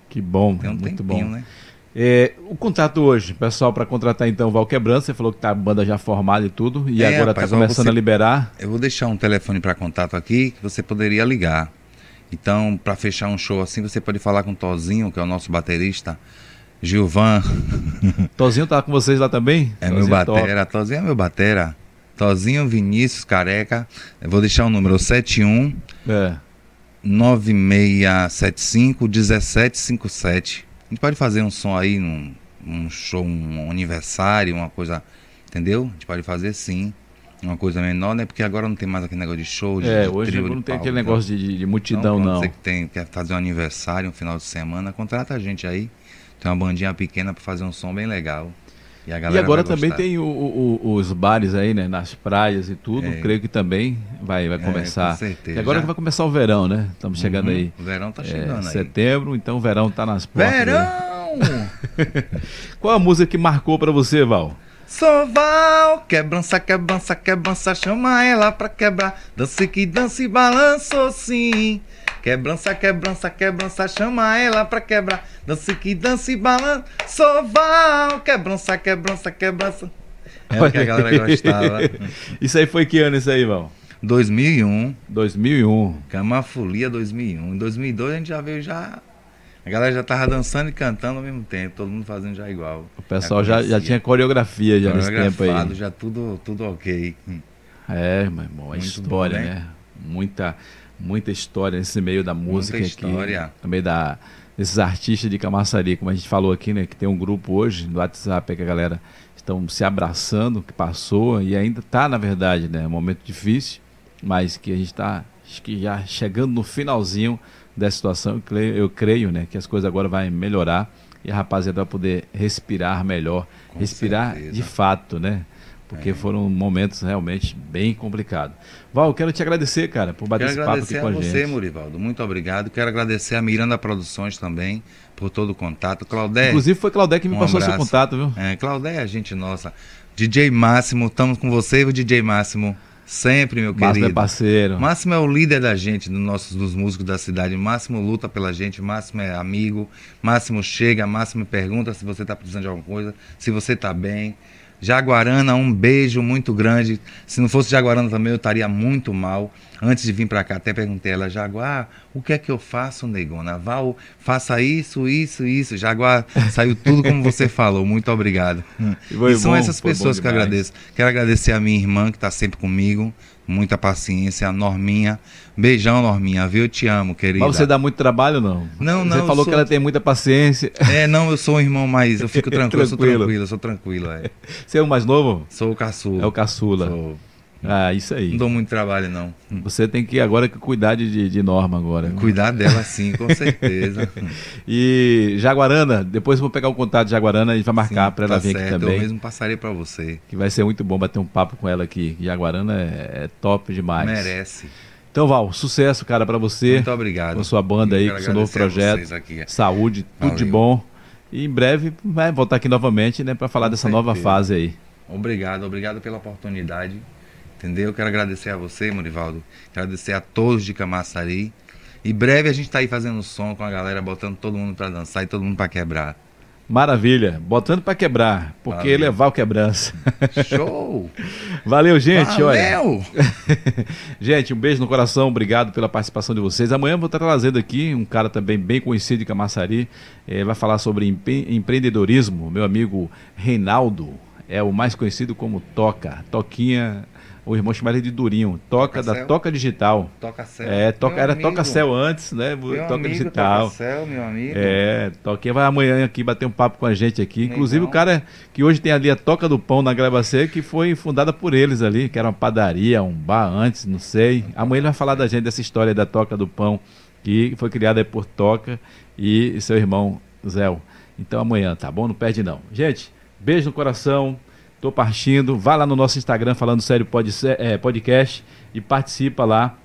[SPEAKER 1] Que bom,
[SPEAKER 2] Tem um
[SPEAKER 1] muito
[SPEAKER 2] tempinho,
[SPEAKER 1] bom.
[SPEAKER 2] né?
[SPEAKER 1] É, o contato hoje, pessoal, pra contratar então o Val Quebrança, você falou que tá a banda já formada e tudo, e
[SPEAKER 2] É,
[SPEAKER 1] agora
[SPEAKER 2] rapaz,
[SPEAKER 1] tá
[SPEAKER 2] ó,
[SPEAKER 1] começando
[SPEAKER 2] você-
[SPEAKER 1] a liberar.
[SPEAKER 2] Eu vou deixar um telefone para contato aqui que você poderia ligar. Então, para fechar um show assim, você pode falar com o Tozinho, que é o nosso baterista. Gilvan (laughs)
[SPEAKER 1] Tozinho tá com vocês lá também?
[SPEAKER 2] é meu
[SPEAKER 1] Tozinho top.
[SPEAKER 2] batera. Tozinho é meu batera. Tozinho Vinícius Careca. Eu vou deixar o número 71
[SPEAKER 1] É.
[SPEAKER 2] 9675 1757. A gente pode fazer um som aí, num, um show, um aniversário, uma coisa. Entendeu? A gente pode fazer sim. Uma coisa menor, né? Porque agora não tem mais aquele negócio de show, de
[SPEAKER 1] É,
[SPEAKER 2] de
[SPEAKER 1] hoje
[SPEAKER 2] trio, de
[SPEAKER 1] não tem
[SPEAKER 2] palco,
[SPEAKER 1] aquele
[SPEAKER 2] então.
[SPEAKER 1] negócio de, de- de multidão,
[SPEAKER 2] Então,
[SPEAKER 1] não.
[SPEAKER 2] Você que tem, quer fazer um aniversário, um final de semana, contrata a gente aí. Tem uma bandinha pequena pra fazer um som bem legal. E, a
[SPEAKER 1] E
[SPEAKER 2] galera
[SPEAKER 1] agora
[SPEAKER 2] vai
[SPEAKER 1] também
[SPEAKER 2] gostar.
[SPEAKER 1] tem o- o- o- os bares aí, né? Nas praias e tudo.
[SPEAKER 2] É.
[SPEAKER 1] Creio que também vai, vai começar.
[SPEAKER 2] com certeza.
[SPEAKER 1] E agora
[SPEAKER 2] Já-
[SPEAKER 1] que vai começar o verão, né? Estamos chegando
[SPEAKER 2] Uhum.
[SPEAKER 1] aí.
[SPEAKER 2] O verão tá
[SPEAKER 1] é,
[SPEAKER 2] chegando aí.
[SPEAKER 1] setembro, então o verão tá nas portas. aí.
[SPEAKER 2] Verão!
[SPEAKER 1] Qual a música que marcou pra você, Val?
[SPEAKER 2] Soval, quebrança, quebrança, quebrança, chama ela pra quebrar. Dance que dance, balanço sim. Quebrança, quebrança, quebrança, chama ela pra quebrar. Dance que dance, balanço. Soval, quebrança, quebrança, quebrança. É o que a galera gostava.
[SPEAKER 1] (laughs) Isso aí foi que ano isso aí, Val?
[SPEAKER 2] 2001,
[SPEAKER 1] 2001.
[SPEAKER 2] Camafolia 2001. Em 2002 a gente já veio já. A galera já tava dançando e cantando ao mesmo tempo, todo mundo fazendo já igual.
[SPEAKER 1] O pessoal já, já tinha coreografia já nesse tempo aí.
[SPEAKER 2] Já tudo, tudo ok.
[SPEAKER 1] É, meu irmão, é
[SPEAKER 2] Muito
[SPEAKER 1] história,
[SPEAKER 2] bom, né?
[SPEAKER 1] né? Muita, muita história nesse meio da música
[SPEAKER 2] história.
[SPEAKER 1] aqui. Também da, desses artistas de Camaçari, como a gente falou aqui, né? Que tem um grupo hoje no WhatsApp aí que a galera estão se abraçando, que passou e ainda tá, na verdade, né? Um momento difícil, mas que a gente tá, acho que já chegando no finalzinho dessa situação. Eu creio, eu creio né? Que as coisas agora vão melhorar e a rapaziada vai poder respirar melhor.
[SPEAKER 2] Com
[SPEAKER 1] respirar
[SPEAKER 2] certeza. É.
[SPEAKER 1] de fato, né? Porque foram momentos realmente bem complicados. Val, eu quero te agradecer, cara, por bater esse
[SPEAKER 2] Quero
[SPEAKER 1] papo aqui
[SPEAKER 2] agradecer
[SPEAKER 1] com
[SPEAKER 2] a
[SPEAKER 1] a
[SPEAKER 2] você,
[SPEAKER 1] gente.
[SPEAKER 2] Murivaldo. Muito obrigado. Quero agradecer a Miranda Produções também por todo o contato. Claudete.
[SPEAKER 1] Inclusive foi Claudete que me
[SPEAKER 2] É. Um
[SPEAKER 1] passou seu
[SPEAKER 2] abraço.
[SPEAKER 1] contato, viu?
[SPEAKER 2] É, Claudéia, gente nossa. DJ Máximo, estamos com você, o DJ Máximo. Sempre, meu
[SPEAKER 1] Márcio é
[SPEAKER 2] querido.
[SPEAKER 1] parceiro.
[SPEAKER 2] Máximo é o líder da gente, dos nossos dos músicos da cidade. Máximo luta pela gente, Máximo é amigo, Máximo chega, Máximo pergunta se você está precisando de alguma coisa, se você está bem. Jaguarana, um beijo muito grande. Se não fosse Jaguarana também, eu estaria muito mal. Antes de vir para cá, até perguntei a ela, Jaguar, o que é que eu faço, negona? Val, faça isso, isso, isso. Jaguar, saiu tudo como você (laughs) falou. Muito obrigado.
[SPEAKER 1] E foi
[SPEAKER 2] e são
[SPEAKER 1] bom,
[SPEAKER 2] essas
[SPEAKER 1] foi bom
[SPEAKER 2] pessoas que eu
[SPEAKER 1] demais.
[SPEAKER 2] agradeço. Quero agradecer a minha irmã que está sempre comigo, muita paciência, a Norminha. Beijão, Norminha, viu? Eu te amo, querida.
[SPEAKER 1] Mas você dá muito trabalho, não?
[SPEAKER 2] Não,
[SPEAKER 1] Você
[SPEAKER 2] não, eu
[SPEAKER 1] falou que
[SPEAKER 2] sou-
[SPEAKER 1] ela tem muita paciência. (laughs)
[SPEAKER 2] É, não, eu sou um irmão, mas eu fico tranquilo, eu sou
[SPEAKER 1] tá- Tranquilo.
[SPEAKER 2] tranquilo, eu sou tranquilo, é.
[SPEAKER 1] Você é o mais novo?
[SPEAKER 2] Sou o caçula.
[SPEAKER 1] É o caçula.
[SPEAKER 2] Sou.
[SPEAKER 1] Ah, isso
[SPEAKER 2] Não
[SPEAKER 1] aí.
[SPEAKER 2] dou muito trabalho, não.
[SPEAKER 1] Você tem que agora que cuidar de- de, de norma agora. né?
[SPEAKER 2] Cuidar dela, sim,
[SPEAKER 1] (laughs)
[SPEAKER 2] com certeza.
[SPEAKER 1] E Jaguarana, depois eu vou pegar o contato de Jaguarana e vai marcar para ela
[SPEAKER 2] tá
[SPEAKER 1] vir
[SPEAKER 2] certo,
[SPEAKER 1] aqui também.
[SPEAKER 2] Eu mesmo passarei para você.
[SPEAKER 1] Que vai ser muito bom bater um papo com ela aqui. Jaguarana é, é top demais.
[SPEAKER 2] Merece.
[SPEAKER 1] Então, Val, sucesso, cara, pra você.
[SPEAKER 2] Muito obrigado.
[SPEAKER 1] Com sua banda aí,
[SPEAKER 2] Quero
[SPEAKER 1] com seu novo
[SPEAKER 2] agradecer a
[SPEAKER 1] projeto.
[SPEAKER 2] vocês aqui.
[SPEAKER 1] Saúde, tudo de
[SPEAKER 2] Valeu.
[SPEAKER 1] bom. E em breve vai voltar aqui novamente, né, para falar dessa nova
[SPEAKER 2] certeza.
[SPEAKER 1] fase aí.
[SPEAKER 2] Obrigado, obrigado pela oportunidade. Entendeu? Quero agradecer a você, Murivaldo. Agradecer a todos de Camaçari. E breve a gente tá aí fazendo som com a galera, botando todo mundo pra dançar e todo mundo pra quebrar.
[SPEAKER 1] Maravilha, botando pra quebrar, porque
[SPEAKER 2] Valeu.
[SPEAKER 1] levar o quebrança. (laughs)
[SPEAKER 2] Show!
[SPEAKER 1] Valeu, (laughs) gente, olha.
[SPEAKER 2] Valeu!
[SPEAKER 1] Gente, um beijo no coração, obrigado pela participação de vocês. Amanhã eu vou estar trazendo aqui um cara também bem conhecido de Camaçari, eh, vai falar sobre empre- empreendedorismo, meu amigo Reinaldo, é o mais conhecido como Toca, Toquinha, o irmão chamava ele de Durinho, toca da
[SPEAKER 2] Céu?
[SPEAKER 1] Toca Digital.
[SPEAKER 2] Toca Céu.
[SPEAKER 1] É,
[SPEAKER 2] Meu
[SPEAKER 1] toca, era
[SPEAKER 2] amigo,
[SPEAKER 1] Toca Céu antes, né?
[SPEAKER 2] meu
[SPEAKER 1] toca
[SPEAKER 2] amigo,
[SPEAKER 1] Digital.
[SPEAKER 2] Toca Céu, meu amigo.
[SPEAKER 1] É, Toquinha vai amanhã aqui bater um papo com a gente aqui.
[SPEAKER 2] Legal.
[SPEAKER 1] Inclusive o cara que hoje tem ali a Toca do Pão na Grabacê, que foi fundada por eles ali, que era uma padaria, um bar antes, não sei. Amanhã ele vai falar da gente dessa história da Toca do Pão, que foi criada por Toca e seu irmão Zéu. Então amanhã, tá bom? Não perde não. Gente, beijo no coração. Tô partindo. Vá lá no nosso Instagram falando sério Pod- é, podcast e participa lá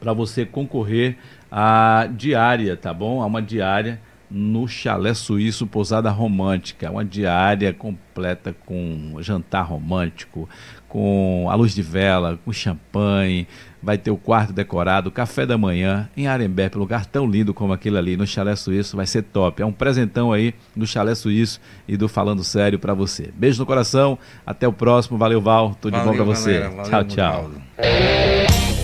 [SPEAKER 1] para você concorrer à diária, tá bom? A uma diária no Chalé Suíço Pousada Romântica, uma diária completa com um jantar romântico, com a luz de vela, com champanhe, vai ter o quarto decorado, café da manhã em Arembepe, lugar tão lindo como aquele ali no Chalé Suíço, vai ser top. É um presentão aí do Chalé Suíço e do Falando Sério para você. Beijo no coração, até o próximo, valeu Val, tudo de bom
[SPEAKER 2] Valeu,
[SPEAKER 1] para você.
[SPEAKER 2] galera, valeu,
[SPEAKER 1] tchau, tchau.
[SPEAKER 2] Muraldo.